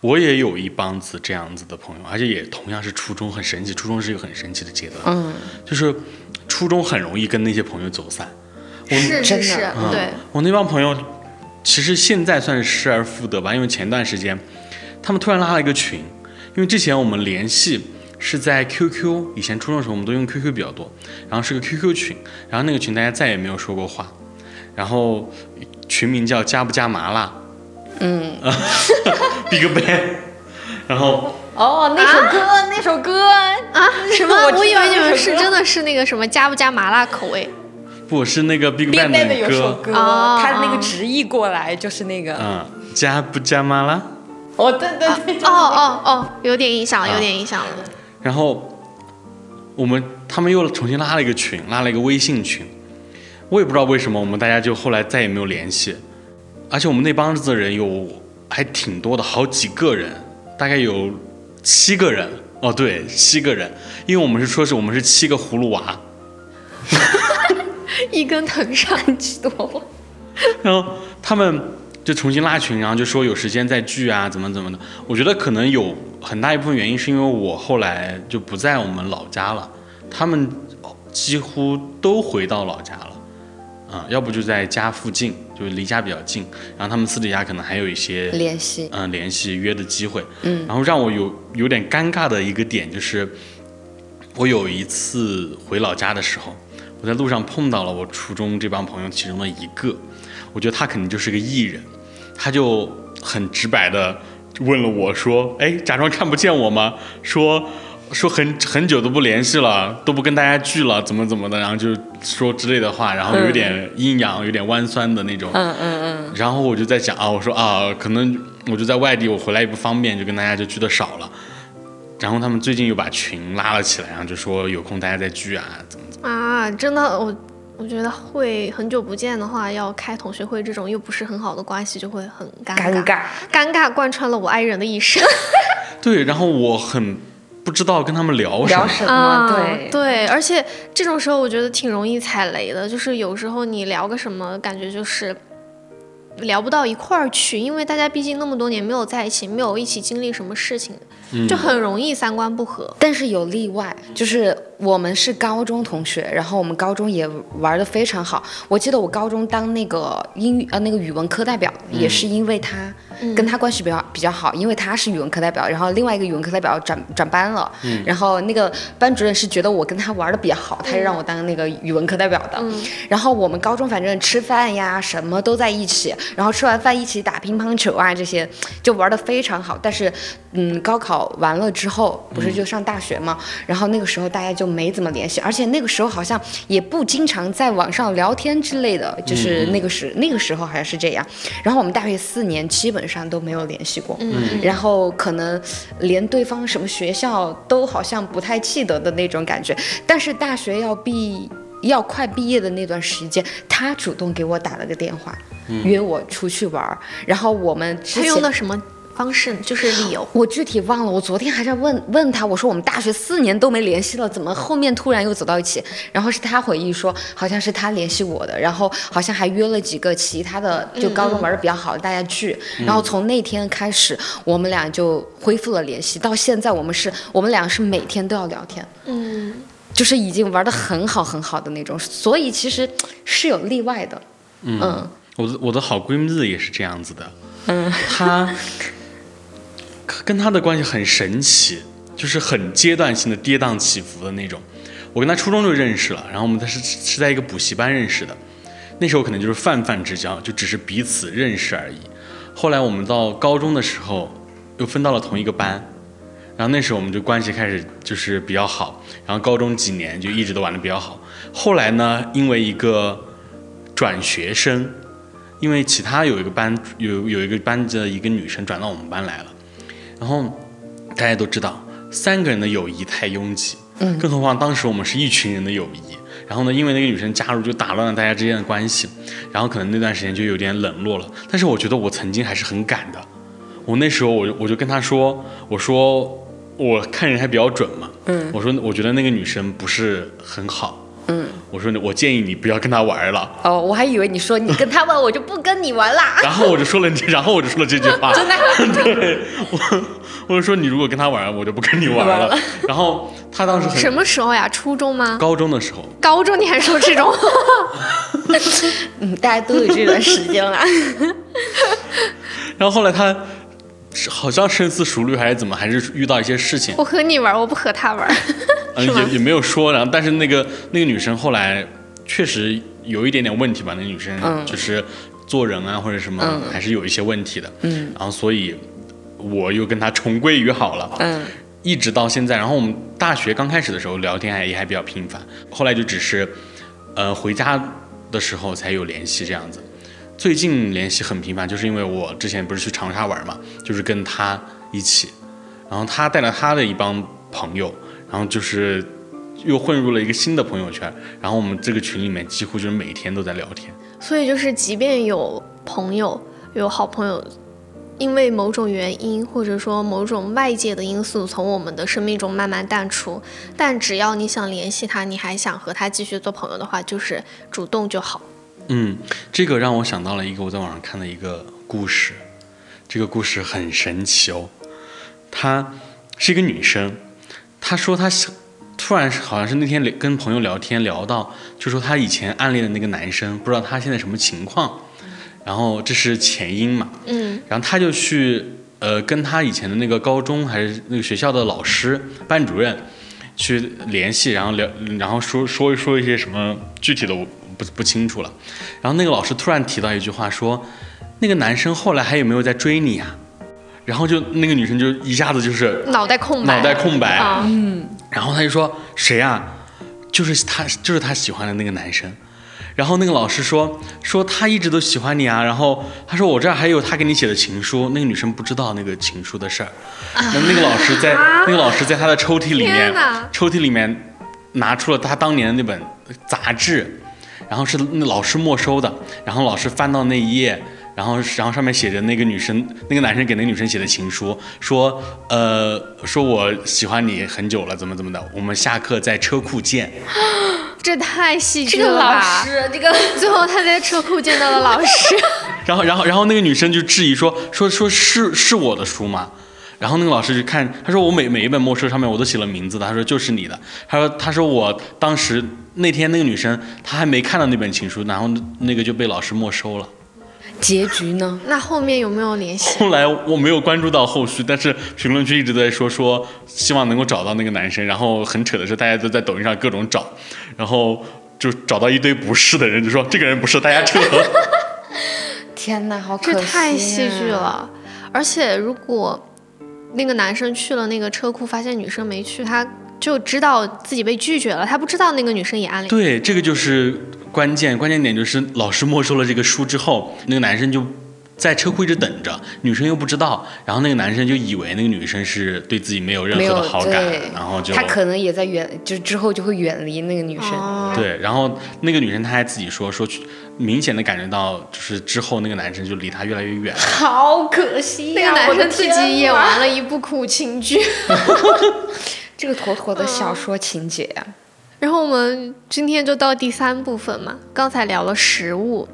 A: 我也有一帮子这样子的朋友，而且也同样是初中，很神奇。初中是一个很神奇的阶段，
C: 嗯，
A: 就是初中很容易跟那些朋友走散。我
B: 是
C: 真
B: 是是，
C: 的
A: 嗯
B: 对，
A: 我那帮朋友其实现在算是失而复得吧，因为前段时间他们突然拉了一个群，因为之前我们联系是在 QQ，以前初中的时候我们都用 QQ 比较多，然后是个 QQ 群，然后那个群大家再也没有说过话，然后群名叫加不加麻辣，嗯 [laughs] ，Big Bang，然后
C: 哦，那首歌，那首歌，
B: [laughs] 啊什么？
C: 我
B: 我
C: 知道
B: 以为你
C: 那
B: 们
C: 首
B: 是
C: 歌
B: 真的是那个什么加不加麻辣口味
A: 不是那个 Big Bang
C: 妹
A: 的歌，
C: 歌
B: 哦哦
C: 直译过来就是那个，
A: 嗯，加不加麻辣？
C: 哦，对对对，就是
B: 哦哦哦，有点印象了，有
A: 啊
B: 点印象了。
A: 然后我们他们又重新拉了一个群，拉了一个微信群，我也不知道为什么，我们大家就后来再也没有联系。而且我们那帮子的人有还挺多的，好几个人，大概有七个人。哦，对，七个人，因为我们是说是我们是七个葫芦娃，
B: 一根藤上去多
A: 然后他们就重新拉群，然后就说有时间再聚啊，怎么怎么的。我觉得可能有很大一部分原因是因为我后来就不在我们老家了，他们几乎都回到老家了，啊、要不就在家附近，就是离家比较近，然后他们私底下可能还有一些
C: [laughs] 联系，
A: 嗯联系约的机会。嗯，然后让我有有点尴尬的一个点就是，我有一次回老家的时候，我在路上碰到了我初中这帮朋友其中的一个，我觉得他肯定就是个艺人，他就很直白的问了我说：“哎，假装看不见我吗？”说。说很很久都不联系了，都不跟大家聚了，怎么怎么的，然后就说之类的话，然后有点阴阳，有点弯酸的那种。
C: 嗯嗯
A: 然后我就在想啊，我说啊，可能我就在外地，我回来也不方便，就跟大家就聚的少了。然后他们最近又把群拉了起来，然后就说有空大家再聚啊，怎么怎么。
B: [laughs] 啊！真的，我我觉得会很久不见的话，要开同学会这种又不是很好的关系，就会很尴尬。
C: 嗯，尴尬，
B: 尴尬贯穿了我爱人的一 [laughs] 生。
A: 对，然后我很不知道跟他们聊什
C: 聊
A: 么。
C: 什么？
B: 啊，
C: 对，
B: 对，而且这种时候我觉得挺容易踩雷的，就是有时候你聊个什么，感觉就是。聊不到一块儿去，因为大家毕竟那么多年没有在一起，没有一起经历什么事情，就很容易三观不合。
C: 但是有例外，就是我们是高中同学，然后我们高中也玩的非常好。我记得我高中当那个英语呃那个语文课代表，也是因为他、跟他关系比较比较好，因为他是语文课代表，然后另外一个语文课代表转转班了，然后那个班主任是觉得我跟他玩的比较好，他就让我当那个语文课代表的。然后我们高中反正吃饭呀什么都在一起，然后吃完饭一起打乒乓球啊这些，就玩的非常好。但是，嗯，高考完了之后不是就上大学嘛，然后那个时候大家就没怎么联系，而且那个时候好像也不经常在网上聊天之类的，就是那个时、那个时候好像是这样。然后我们大学四年基本上都没有联系过，然后可能连对方什么学校都好像不太记得的那种感觉。但是大学要毕要快毕业的那段时间，他主动给我打了个电话，约我出去玩儿。然后我们之
B: 他
C: 前
B: 用的什么方式呢，就是理由。
C: 我具体忘了，我昨天还在问问他，我说我们大学四年都没联系了，怎么后面突然又走到一起？然后是他回忆说，好像是他联系我的，然后好像还约了几个其他的就高中玩的比较好的大家聚，然后从那天开始，我们俩就恢复了联系，到现在我们是我们俩是每天都要聊天，
B: 嗯，
C: 就是已经玩的很好很好的那种，所以其实是有例外的，嗯
A: 我的我的好闺蜜也是这样子的，嗯，她跟她的关系很神奇，就是很阶段性的跌宕起伏的那种。我跟她初中就认识了，然后我们在是是在一个补习班认识的，那时候可能就是泛泛之交，就只是彼此认识而已。后来我们到高中的时候又分到了同一个班，然后那时候我们就关系开始就是比较好，然后高中几年就一直都玩的比较好。后来呢，因为一个转学生，因为其他有一个班有有一个班级的一个女生转到我们班来了，然后大家都知道，三个人的友谊太拥挤，嗯，更何况当时我们是一群人的友谊。然后呢，因为那个女生加入，就打乱了大家之间的关系，然后可能那段时间就有点冷落了。但是我觉得我曾经还是很敢的，我那时候我就我就跟她说，我说我看人还比较准嘛，嗯，我说我觉得那个女生不是很好，嗯，我说我建议你不要跟她玩了。
C: 哦，我还以为你说你跟他玩，我就不跟你玩啦。
A: 然后我就说了这，然后我就说了这句话，真的， [laughs] 对我，我就说你如果跟他玩，我就不跟你玩了。然后他当时
B: 什
A: 很
B: 么时候呀？初中吗？
A: 高中的时候，
B: 高中你还说这种？
C: 嗯，大家都有这段时间啊啦。
A: 然后后来他是好像深思熟虑还是怎么，还是遇到一些事情，
B: [laughs] 我和你玩，我不和他玩。
A: 嗯，
B: 是吗
A: 也也没有说。然后但是那个那个女生后来确实有一点点问题吧，那女生
C: 嗯
A: 就是做人啊或者什么，
C: 嗯
A: 还是有一些问题的。
C: 嗯
A: 然后所以我又跟她重归于好了。
C: 嗯，
A: 一直到现在。然后我们大学刚开始的时候聊天还也还比较频繁，后来就只是，呃，回家的时候才有联系这样子。最近联系很频繁，就是因为我之前不是去长沙玩嘛，就是跟他一起，然后他带了他的一帮朋友，然后就是又混入了一个新的朋友圈，然后我们这个群里面几乎就是每天都在聊天。
B: [laughs] 所以就是，即便有朋友、有好朋友，因为某种原因，或者说某种外界的因素，从我们的生命中慢慢淡出，但只要你想联系他，你还想和他继续做朋友的话，就是主动就好。
A: 嗯，这个让我想到了一个我在网上看的一个故事，这个故事很神奇哦。她是一个女生，她说她想突然是好像是那天聊跟朋友聊天聊到，就说她以前暗恋的那个男生，不知道他现在什么情况，然后这是前因嘛，
B: 嗯
A: 然后她就去呃跟她以前的那个高中还是那个学校的老师班主任去联系，然后聊，然后说说一说一些什么具体的我不不清楚了。然后那个老师突然提到一句话说，那个男生后来还有没有在追你啊？然后就那个女生就一下子就是
B: 脑袋空白，
A: 脑袋空白，
B: 啊、
A: 然后他就说谁啊？就是他，就是他喜欢的那个男生。然后那个老师说说他一直都喜欢你啊。然后他说我这儿还有他给你写的情书，那个女生不知道那个情书的事儿。然后那个老师在、那个老师在他的抽屉里面
B: 啊天哪，
A: 抽屉里面拿出了他当年的那本杂志，然后是那老师没收的。然后老师翻到那一页。然后，然后上面写着那个女生，那个男生给那个女生写的情书，说，呃，说我喜欢你很久了，怎么怎么的，我们下课在车库见。
B: 这太戏剧
C: 这个
B: 了
C: 老
B: 吧！
C: 师，这个
B: 最后他在车库见到了老师， [laughs]
A: 然后，然后，然后那个女生就质疑说：“说说是是我的书吗？”然后那个老师就看，他说：“我每每一本默书上面我都写了名字的。”他说：“就是你的。”他说：“他说我当时那天那个女生她还没看到那本情书，然后那个就被老师没收了。
C: 结局呢？
B: 那后面有没有联系？
A: 后来我没有关注到后续，但是评论区一直在说说希望能够找到那个男生。然后很扯的是，大家都在抖音上各种找，然后就找到一堆不是的人，就说这个人不是，大家撤。
C: 天哪，好可
B: 这
C: 惜、啊
B: 太戏剧。了。而且如果那个男生去了那个车库，发现女生没去，他就知道自己被拒绝了，他不知道那个女生也暗恋。
A: 对，这个就是关键，关键点就是老师没收了这个书之后，那个男生就在车库一直等着，女生又不知道，然后那个男生就以为那个女生是对自己没有任
C: 没
A: 何
C: 有
A: 的好感
C: 对，，
A: 然后就
C: 他可能也在远，就是之后就会远离那个女生。
B: 哦
A: 对，然后那个女生她还自己说说去，明显的感觉到就是之后那个男生就离她越来越远，
C: 好可惜
B: 那
C: 呀、
B: 个男
C: 我的
B: 生自
C: 天啊
B: 己演
C: 呐
B: 完了一部苦情剧。
C: 这个妥妥的小说情节啊呀、
B: 然后我们今天就到第三部分嘛，刚才聊了食物，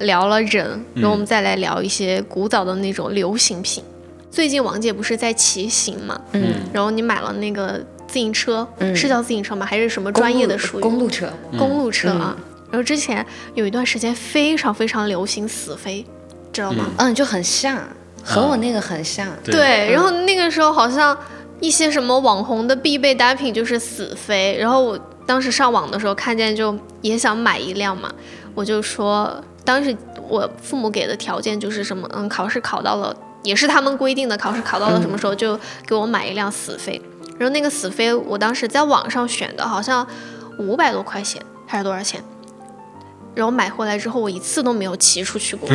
B: 聊了人，然
C: 嗯
B: 后我们再来聊一些古早的那种流行品。最近王姐不是在骑行嘛，嗯，然后你买了那个自行车，是叫自行车吗？还是什么哦专业的术语？
C: 嗯公路车，
B: 公路车啊。然后之前有一段时间非常非常流行死飞，知道吗？
C: 嗯，就很像，和我那个很像。
A: 对
B: 对，然后那个时候好像一些什么网红的必备单品就是死飞，然后我当时上网的时候看见就也想买一辆嘛，我就说当时我父母给的条件就是什么，嗯，考试考到了，也是他们规定的，考试考到了什么时候就给我买一辆死飞，然后那个死飞我当时在网上选的，好像五百多块钱还是多少钱，然后买回来之后我一次都没有骑出去过。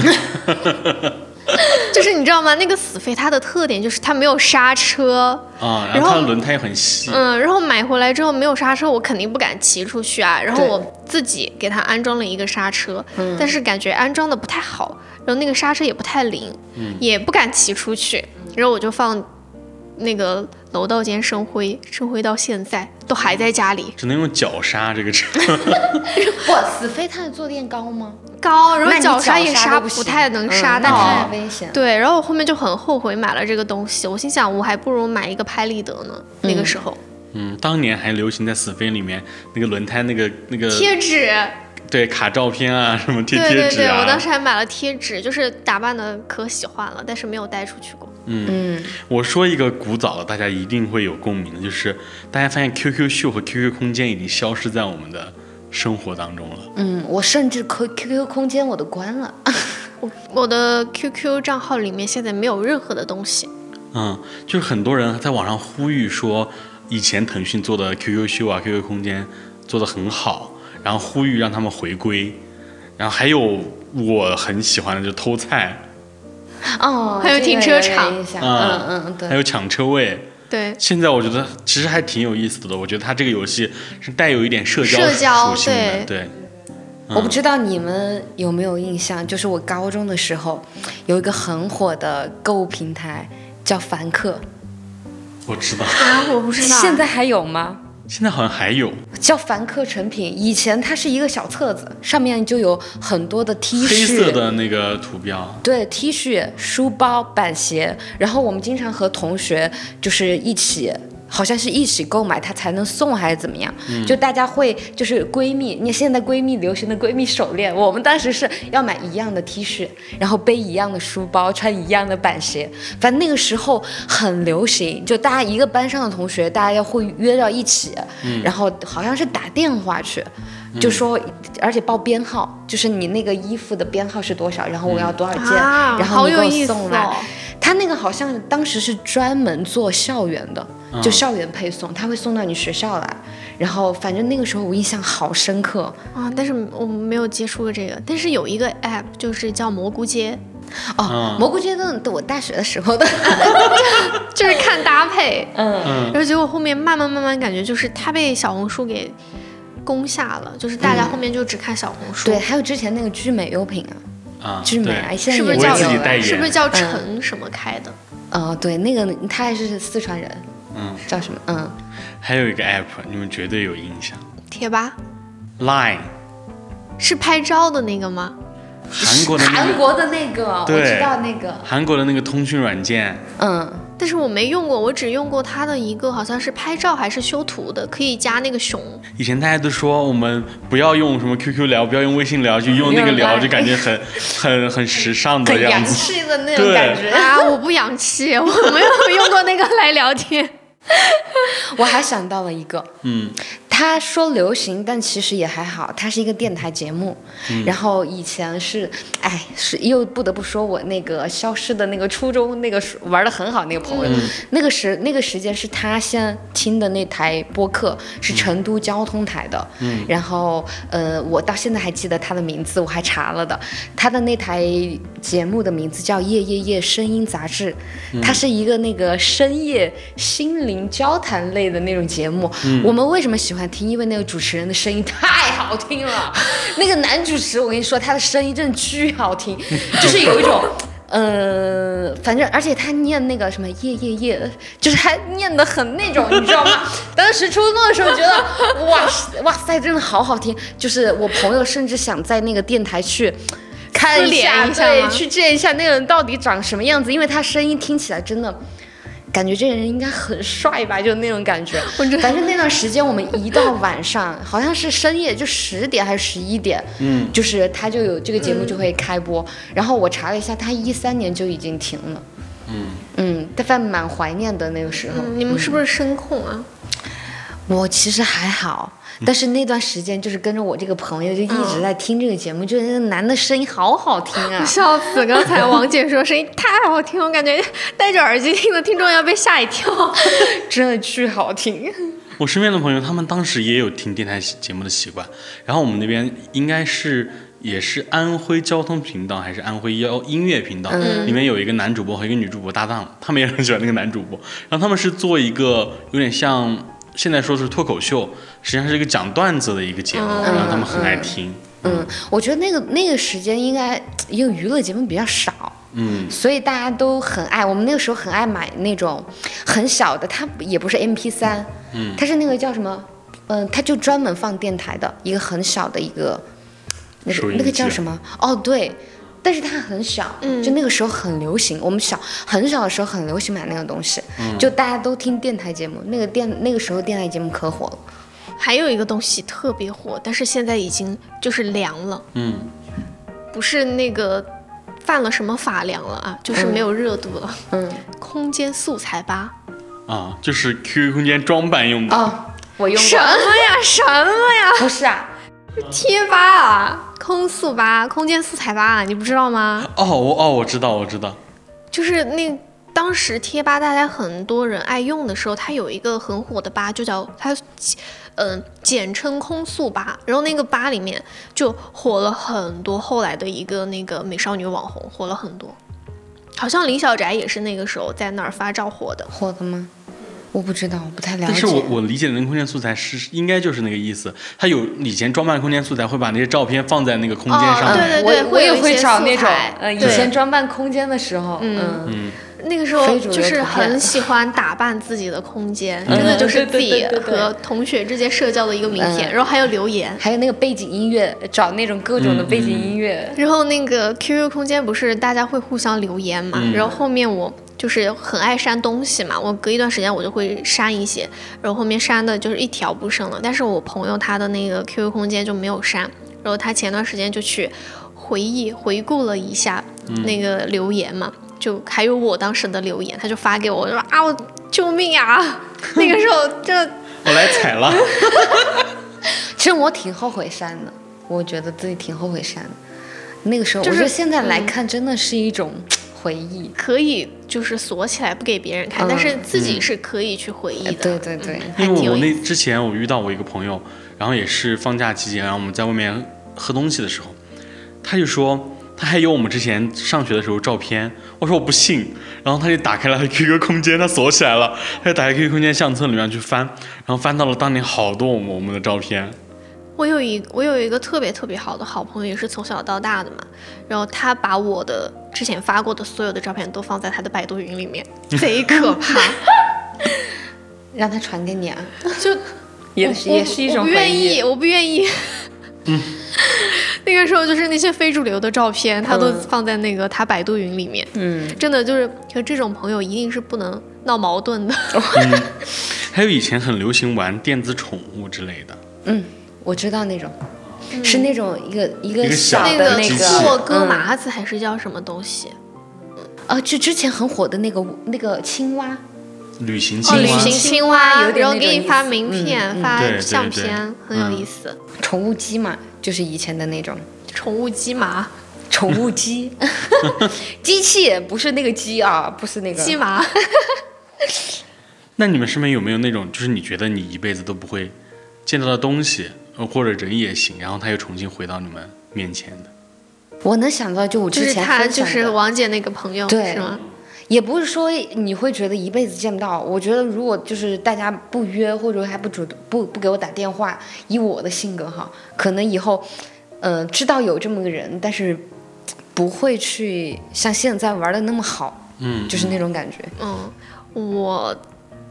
B: 就是你知道吗？那个死飞它的特点就是它没有刹车，
A: 啊，
B: 然
A: 然后她的
B: 后
A: 轮胎又很细，
B: 嗯，然后买回来之后没有刹车，我肯定不敢骑出去啊。然后
C: 对
B: 我自己给它安装了一个刹车，但是感觉安装的不太好，然后那个刹车也不太灵，也不敢骑出去。然后我就放那个楼道间生灰，生灰到现在都还在家里
A: 只能用脚刹这个车。 [laughs]
C: 哇，死飞它的坐垫高吗？
B: 高，然
C: 那
B: 后
C: 你
B: 脚
C: 刹
B: 也刹
C: 不
B: 不哦
C: 行
B: 太能
C: 嗯
B: 刹
C: 那
B: 到。
C: 太危险了。
B: 对，然后我后面就很后悔买了这个东西，我心想我还不如买一个拍立得呢。那个时候、
A: 嗯，当年还流行在死飞里面那个轮胎那个那个
B: 贴纸，
A: 对卡照片啊，什么贴
B: 对
A: 贴
B: 对
A: 纸
B: 对，
A: 啊。
B: 我当时还买了贴纸，就是打扮的可喜欢了，但是没有带出去过。
A: 我说一个古早的，大家一定会有共鸣的，就是大家发现 QQ 秀和 QQ 空间已经消失在我们的生活当中了。
C: 嗯，我甚至 Q Q Q 空间我都关了。
B: 我我的 QQ 账号里面现在没有任何的东西，
A: 嗯，就是很多人在网上呼吁说，以前腾讯做的 QQ 秀啊、QQ 空间做的很好，然后呼吁让他们回归。然后还有我很喜欢的就是偷菜，
C: 哦，
B: 还有
C: 这个
B: 停车
C: 有
B: 场
C: 印象
A: 啊
C: 嗯嗯，对
A: 还。有抢车位。
B: 对，
A: 现在我觉得其实还挺有意思的，我觉得它这个游戏是带有一点社交
B: 社交
A: 属性的，
B: 对
A: 对，
C: 我不知道你们有没有印象，就是我高中的时候有一个很火的购物平台叫凡客，
A: 我知道。
B: 啊，我不知道。
C: 现在还有吗？
A: 现在好像还有
C: 叫凡客成品，以前它是一个小册子，上面就有很多的 T 恤，
A: 黑色的那个图标，
C: 对 T 恤、书包、板鞋，然后我们经常和同学就是一起。好像是一起购买，它才能送还是怎么样？就大家会就是闺蜜，你现在闺蜜流行的闺蜜手链，我们当时是要买一样的 T 恤，然后背一样的书包，穿一样的板鞋，反正那个时候很流行，就大家一个班上的同学，大家要会约到一起，然后好像是打电话去，就说，而且报编号，就是你那个衣服的编号是多少，然后我要多少件，
B: 啊，
C: 然后
B: 好
C: 你
B: 有
C: 给
B: 意
C: 我
B: 思
C: 送来。
B: 哦！
C: 他那个好像当时是专门做校园的，
A: 嗯
C: 就校园配送，他会送到你学校来。然后反正那个时候我印象好深刻
B: 啊，但是我没有接触过这个，但是有一个 app 就是叫蘑菇街，
C: 哦，
A: 嗯
C: 蘑菇街跟我大学的时
A: [laughs]
C: 候的，
B: 就是看搭配，
C: 嗯，
B: 然后结果后面慢慢慢慢感觉就是它被小红书给攻下了，就是大家后面就只看小红书，
C: 对，还有之前那个聚美优品啊，
A: 啊，
C: 聚美
A: 对，
C: 啊，现在
B: 是不
C: 也
B: 是
A: 我
B: 叫
A: 也自己代言
B: 是不是叫陈什么开的？
C: 呃，对，那个他还是四川人，
A: 嗯，
C: 叫什么？嗯，
A: 还有一个 app，你们绝对有印象
B: 贴吧
A: ，Line，
B: 是拍照的那个吗？
A: 韩国的那
C: 韩
A: 个
C: 国的那个，我
A: 对
C: 知道那个，
A: 韩国的那个通讯软件，
C: 嗯。
B: 但是我没用过，我只用过它的一个，好像是拍照还是修图的，可以加那个熊。 [laughs]
A: 以前大家都说我们不要用什么 QQ 聊，不要用微信聊，就用那个聊，
C: 用 Line
A: 就感觉很很很时尚的样子。
C: 气的那
A: 对
B: 啊，我不洋气， [laughs] 我没有用过那个来聊天。
C: 我还想到了一个，
A: 嗯，
C: 他说流行，但其实也还好，它是一个电台节目。然后以前是，哎，是又不得不说我那个消失的那个初中那个时玩的很好那个朋友，那个时那个时间是他先听的那台播客是成都交通台的。嗯，然后呃，我到现在还记得他的名字，我还查了的，他的那台节目的名字叫《夜夜夜声音杂志》，它是一个那个深夜心灵交谈类的那种节目。我们为什么喜欢听？因为那个主持人的声音太好听了。那个男主持，我跟你说，他的声音真的巨好听，就是有一种。呃，反正而且他念那个什么夜夜夜，就是他念的很那种，你知道吗？当时初中的时候觉得，哇塞哇塞，真的好好听。就是我朋友甚至想在那个电台去看
B: 撕脸
C: 下，
B: 一下
C: 对，
B: 吗
C: 去见一下那个人到底长什么样子，因为他声音听起来真的。感觉这人应该很帅吧，就那种感觉。
B: 我真的
C: 反正那段时间，我们一到晚上，好像是深夜，就十点还是十一点，
A: 嗯，
C: 就是他就有这个节目就会开播。然后我查了一下，他一三年就已经停了。嗯嗯，但反正蛮怀念的那个时候。
B: 嗯，你们是不是声控啊？。
C: 我其实还好，但是那段时间就是跟着我这个朋友就一直在听这个节目，就是那个男的声音好好听啊 [laughs]
B: 笑死！刚才王姐说声音太好听，我感觉戴着耳机听的听众要被吓一跳。
C: 真的巨好听，
A: 我身边的朋友，他们当时也有听电台节目的习惯。然后我们那边应该是也是安徽交通频道还是安徽幺音乐频道，
C: 嗯
A: 里面有一个男主播和一个女主播搭档，他们也很喜欢那个男主播。然后他们是做一个有点像现在说是脱口秀，实际上是一个讲段子的一个节目，然后他们很爱听。
C: 嗯， [laughs] 我觉得那个那个时间应该因为娱乐节目比较少，
A: 嗯
C: 所以大家都很爱。我们那个时候很爱买那种很小的，它也不是 MP 三，嗯，它是那个叫什么？嗯、它就专门放电台的一个很小的一个，那
A: 收
C: 个
A: 音
C: 那个
A: 机
C: 叫什么？哦，对。但是它很小，就那个时候很流行。我们小很小的时候很流行买那个东西，
A: 嗯
C: 就大家都听电台节目。那个电那个时候电台节目可火了，
B: [laughs] 还有一个东西特别火，但是现在已经就是凉了，
A: 嗯，
B: 不是那个犯了什么法凉了啊，就是没有热度了。
C: 嗯，
B: 空间素材吧？
A: 啊，就是 QQ 空间装扮用的。
C: 哦，我用
B: 什
C: 过，
B: 么呀？什么呀？
C: [laughs] 不是啊，
B: 贴吧啊，空素吧，空间素材吧，啊你不知道吗？
A: 哦，我哦，我知道，我知道。
B: 就是那当时贴吧大家很多人爱用的时候，它有一个很火的吧，就叫它，嗯、简称空速吧。然后那个吧里面就火了很多，后来的一个那个美少女网红火了很多，好像李小宅也是那个时候在那儿发照火的。
C: 火的吗？我不知道，我不太了解。
A: 但是我我理解的那个空间素材是应该就是那个意思，它有以前装扮空间素材会把那些照片放在那个空间上面，
B: 哦对对对
C: 嗯我
B: 会有
C: 也
B: 一
C: 会
B: 些
C: 找
B: 素
C: 那种
B: 材，
C: 呃，以
B: 对
C: 前装扮空间的时候，
B: 嗯
C: 嗯，
B: 那个时候
C: 非主流
B: 就是
C: 图片
B: 很喜欢打扮自己的空间，
C: 嗯
B: 真的就是自己
C: 对对对对对
B: 和同学之间社交的一个名片。
C: 嗯
B: 然后还有留言，
C: 还有那个背景音乐，找那种各
A: 嗯
C: 种的背景音乐，
B: 然后那个 QQ 空间不是大家会互相留言
A: 嗯
B: 嘛，然后后面我就是很爱删东西嘛，我隔一段时间我就会删一些，然后后面删的就是一条不剩了。但是我朋友他的那个 QQ 空间就没有删，然后他前段时间就去回忆回顾了一下
A: 嗯
B: 那个留言嘛，就还有我当时的留言，他就发给我，我说啊我救命啊！那个时
C: [laughs]
B: 候这
A: 我来踩了。
C: 其实我挺后悔删的，我觉得自己挺后悔删的。那个时候，
B: 就是嗯
C: 我觉得现在来看，真的是一种回忆。
B: 可以就是锁起来不给别人看，
C: 嗯
B: 但是自己是可以去回忆的。
C: 呃哎
B: 嗯
C: 对对对，
B: 还
A: 因
B: 挺
A: 为
B: 有
A: 我
B: 意思。
A: 那之前我遇到我一个朋友，然后也是放假期间，然后我们在外面喝东西的时候，他就说他还有我们之前上学的时候照片，我说我不信，然后他就打开了他的 QQ 空间，他锁起来了，他就打开 QQ 空间相册里面去翻，然后翻到了当年好多我们我们的照片，
B: 我有一我有一个特别特别好的好朋友，也是从小到大的嘛，然后他把我的之前发过的所有的照片都放在他的百度云
A: [laughs]
B: 里面，贼可怕，
C: 让他传给你啊，
B: 就
C: 也
B: 我
C: 也是一
B: 我不
C: 种回
B: 愿
C: 忆
B: 意，。我不愿意。
A: 嗯
B: [laughs] 那个时候就是那些非主流的照片，他都放在那个他百度云里面，
C: 嗯，
B: 真的就是和这种朋友一定是不能闹矛盾的。
C: 哦
A: 还有以前很流行玩电子宠物之类的，
C: 我知道那种，
B: 嗯
C: 是那种一个一个
A: 一个
C: 小
A: 小
B: [laughs] 那
C: 的
B: 个
A: 机器
B: 霍格
C: 嗯
B: 麻子还是叫什么东西？
C: 啊，就之前很火的那个那个青蛙，
A: 旅行青
B: 哦，
A: 蛙。
B: 旅行青蛙，
C: 有点
B: 然后
C: 那
B: 给
C: 种
B: 你
C: 意
B: 发
C: 思嗯
B: 名片、
A: 对嗯
B: 发
A: 对
B: 相
A: 对
B: 片，很有意思。
C: 宠物鸡嘛，就是以前的那种。
B: 宠物鸡麻，
C: 宠物 [laughs] 鸡，机器不是那个鸡啊，不是那个
B: 鸡麻，
A: 那你们身边有没有那种，就是你觉得你一辈子都不会见到的东西，呃或者人也行，然后他又重新回到你们面前的？
C: 我能想到就我
B: 就
C: 之
B: 是
C: 前
B: 他，
C: 分享
B: 就
C: 的
B: 是王姐那个朋友，
C: 对
B: 是吗？
C: 也不是说你会觉得一辈子见不到。我觉得如果就是大家不约，或者还不主动不不给我打电话，以我的性格哈，可能以后，呃，知道有这么个人，但是不会去像现在玩的那么好，
A: 嗯，
C: 就是那种感觉。
B: 嗯，我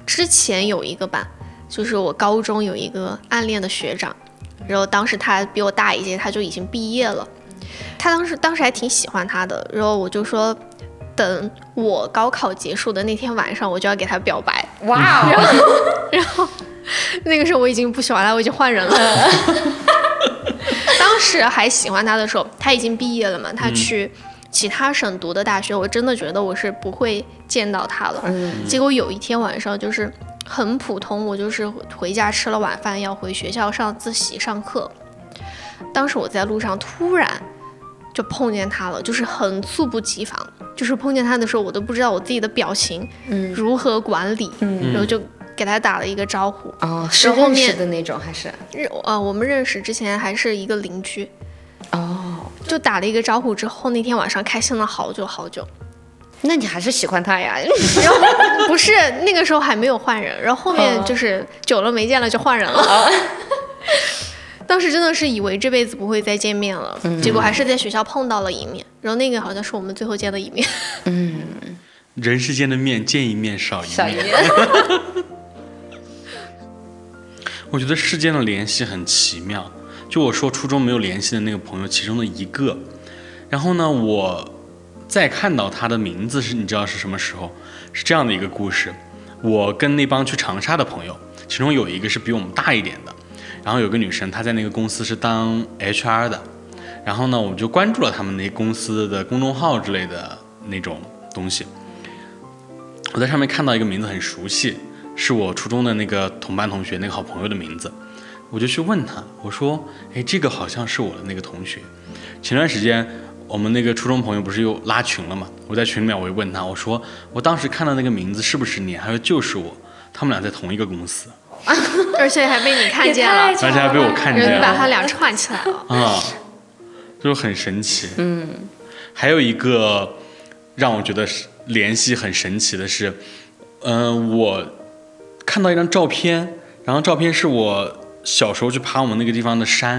B: 之前有一个吧，就是我高中有一个暗恋的学长，然后当时他比我大一届，他就已经毕业了。他当时当时还挺喜欢他的，然后我就说，等我高考结束的那天晚上，我就要给他表白。
C: 哇哦，
B: [laughs] 那个时候我已经不喜欢他，我已经换人了。当时还喜欢他的时候，他已经毕业了嘛，他去其他省读的大学，我真的觉得我是不会见到他了。
C: 嗯
B: 结果有一天晚上就是很普通，我就是回家吃了晚饭，要回学校上自习上课。当时我在路上突然就碰见他了，就是很猝不及防。就是碰见他的时候，我都不知道我自己的表情
C: 嗯
B: 如何管理，
C: 嗯
B: 然后就给他打了一个招呼。
C: 哦，是
B: 然后
C: 认识
B: 面
C: 的那种还是？
B: 认呃，我们认识之前还是一个邻居，
C: 哦，
B: 就打了一个招呼之后，那天晚上开心了好久好久。 [laughs]
C: 那你还是喜欢他 [laughs] 呀？
B: 不是那个时候还没有换人，然后后面
C: 哦
B: 就是久了没见了就换人了。当时真的是以为这辈子不会再见面了，结果还是在学校碰到了一面，然后那个好像是我们最后见的一面。
A: 人世间的面见一面少一面。
C: 小姨， [laughs]
A: 我觉得世间的联系很奇妙。就我说初中没有联系的那个朋友，其中的一个。然后呢，我再看到他的名字是，你知道是什么时候？是这样的一个故事。我跟那帮去长沙的朋友，其中有一个是比我们大一点的，然后有个女生，她在那个公司是当 HR 的。然后呢，我就关注了他们那公司的公众号之类的那种东西。我在上面看到一个名字很熟悉，是我初中的那个同班同学，那个好朋友的名字，我就去问他，我说，哎，这个好像是我的那个同学。前段时间我们那个初中朋友不是又拉群了嘛，我在群里面我就问他，我说我当时看到那个名字是不是你？他说就是我，他们俩在同一个公司，
B: 而且还被你看见了，
A: 而且还被我看
B: 然后
A: 见
B: 你把他
A: 了
B: 俩串起来了。
A: 啊，就很神奇。嗯，还有一个让我觉得是联系很神奇的是，嗯、我看到一张照片，然后照片是我小时候去爬我们那个地方的山，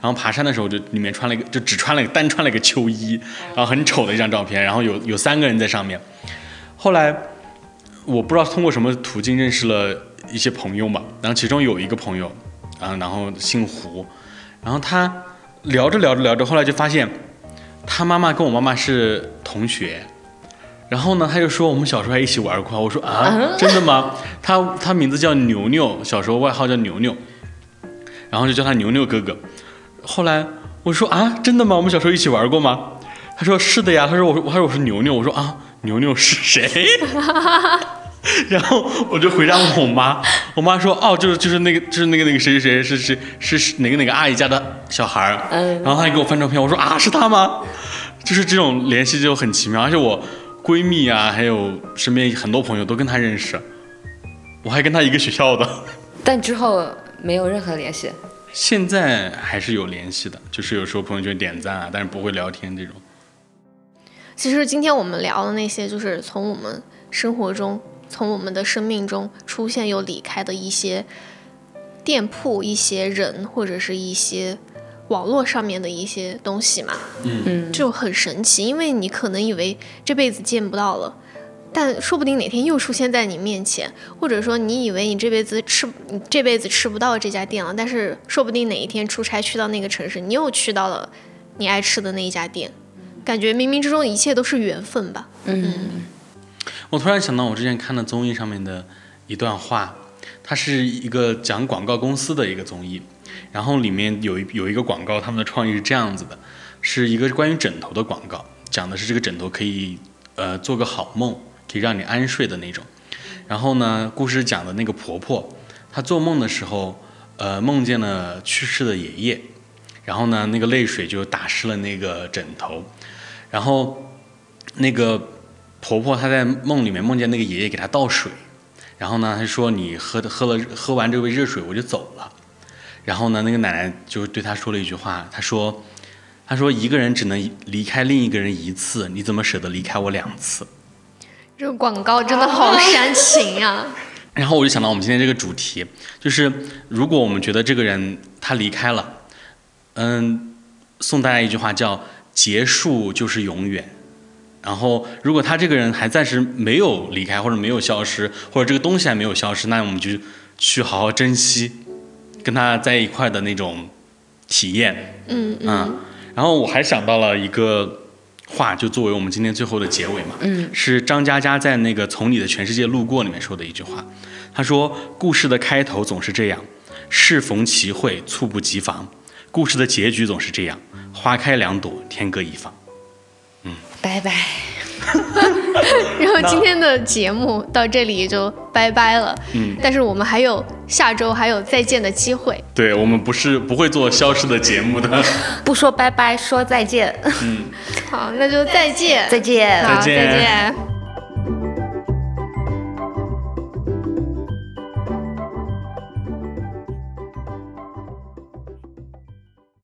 A: 然后爬山的时候就里面穿了一个，就只穿了一个单穿了一个秋衣，然后很丑的一张照片，然后有有三个人在上面。后来我不知道通过什么途径认识了一些朋友嘛，然后其中有一个朋友，啊，然后姓胡，然后他聊着聊着聊着，后来就发现他妈妈跟我妈妈是同学。然后呢，他就说我们小时候还一起玩过。我说啊，真的吗？他他名字叫牛牛，小时候外号叫牛牛，然后就叫他牛牛哥哥。后来我说啊，真的吗？我们小时候一起玩过吗？他说是的呀。他说我他说我是牛牛。我说啊，牛牛是谁？ [laughs] 然后我就回答我妈，我妈说哦，就是就是那个就是那个那个谁谁谁是是是哪个哪个阿姨家的小孩儿，
C: 嗯
A: 然后她还给我翻照片，我说啊是他吗？就是这种联系就很奇妙，而且我闺蜜啊，还有身边很多朋友都跟她认识，我还跟她一个学校的，
C: 但之后没有任何联系。
A: 现在还是有联系的，就是有时候朋友圈点赞啊，但是不会聊天这种。
B: 其实今天我们聊的那些，就是从我们生活中、从我们的生命中出现又离开的一些店铺、一些人或者是一些网络上面的一些东西嘛，
C: 嗯，
B: 就很神奇。因为你可能以为这辈子见不到了。但说不定哪天又出现在你面前，或者说你以为你这辈子吃你这辈子吃不到这家店了，但是说不定哪一天出差去到那个城市，你又去到了你爱吃的那一家店，感觉冥冥之中一切都是缘分吧。
A: 我突然想到，我之前看的综艺上面的一段话，它是一个讲广告公司的一个综艺，然后里面有一有一个广告，他们的创意是这样子的，是一个关于枕头的广告，讲的是这个枕头可以呃做个好梦，可以让你安睡的那种。然后呢，故事讲的那个婆婆，她做梦的时候，呃，梦见了去世的爷爷，然后呢，那个泪水就打湿了那个枕头，然后那个婆婆她在梦里面梦见那个爷爷给她倒水，然后呢，她说你喝的喝了喝完这杯热水我就走了。然后呢，那个奶奶就对她说了一句话，她说：“他说一个人只能离开另一个人一次，你怎么舍得离开我两次？
B: 这个广告真的好煽情啊！
A: 然后我就想到我们今天这个主题，就是如果我们觉得这个人他离开了，嗯，送大家一句话叫“结束就是永远”。然后如果他这个人还暂时没有离开，或者没有消失，或者这个东西还没有消失，那我们就去好好珍惜跟他在一块的那种体验。
B: [laughs] 嗯
C: 啊
B: 嗯，
A: 然后我还想到了一个话，就作为我们今天最后的结尾嘛。
C: 嗯，
A: 是张嘉佳在那个《从你的全世界路过》里面说的一句话，他说：“故事的开头总是这样，适逢其会，猝不及防；故事的结局总是这样，花开两朵，天各一方。
C: 拜拜。
B: 然后今天的节目到这里就拜拜了。嗯，但是我们还有下周还有再见的机会。
A: 对”我们不是不会做消失的节目的。
C: 不说拜拜，说再见，
B: 好，那就再见，
C: 再见
B: 好，
A: 再见
B: 再见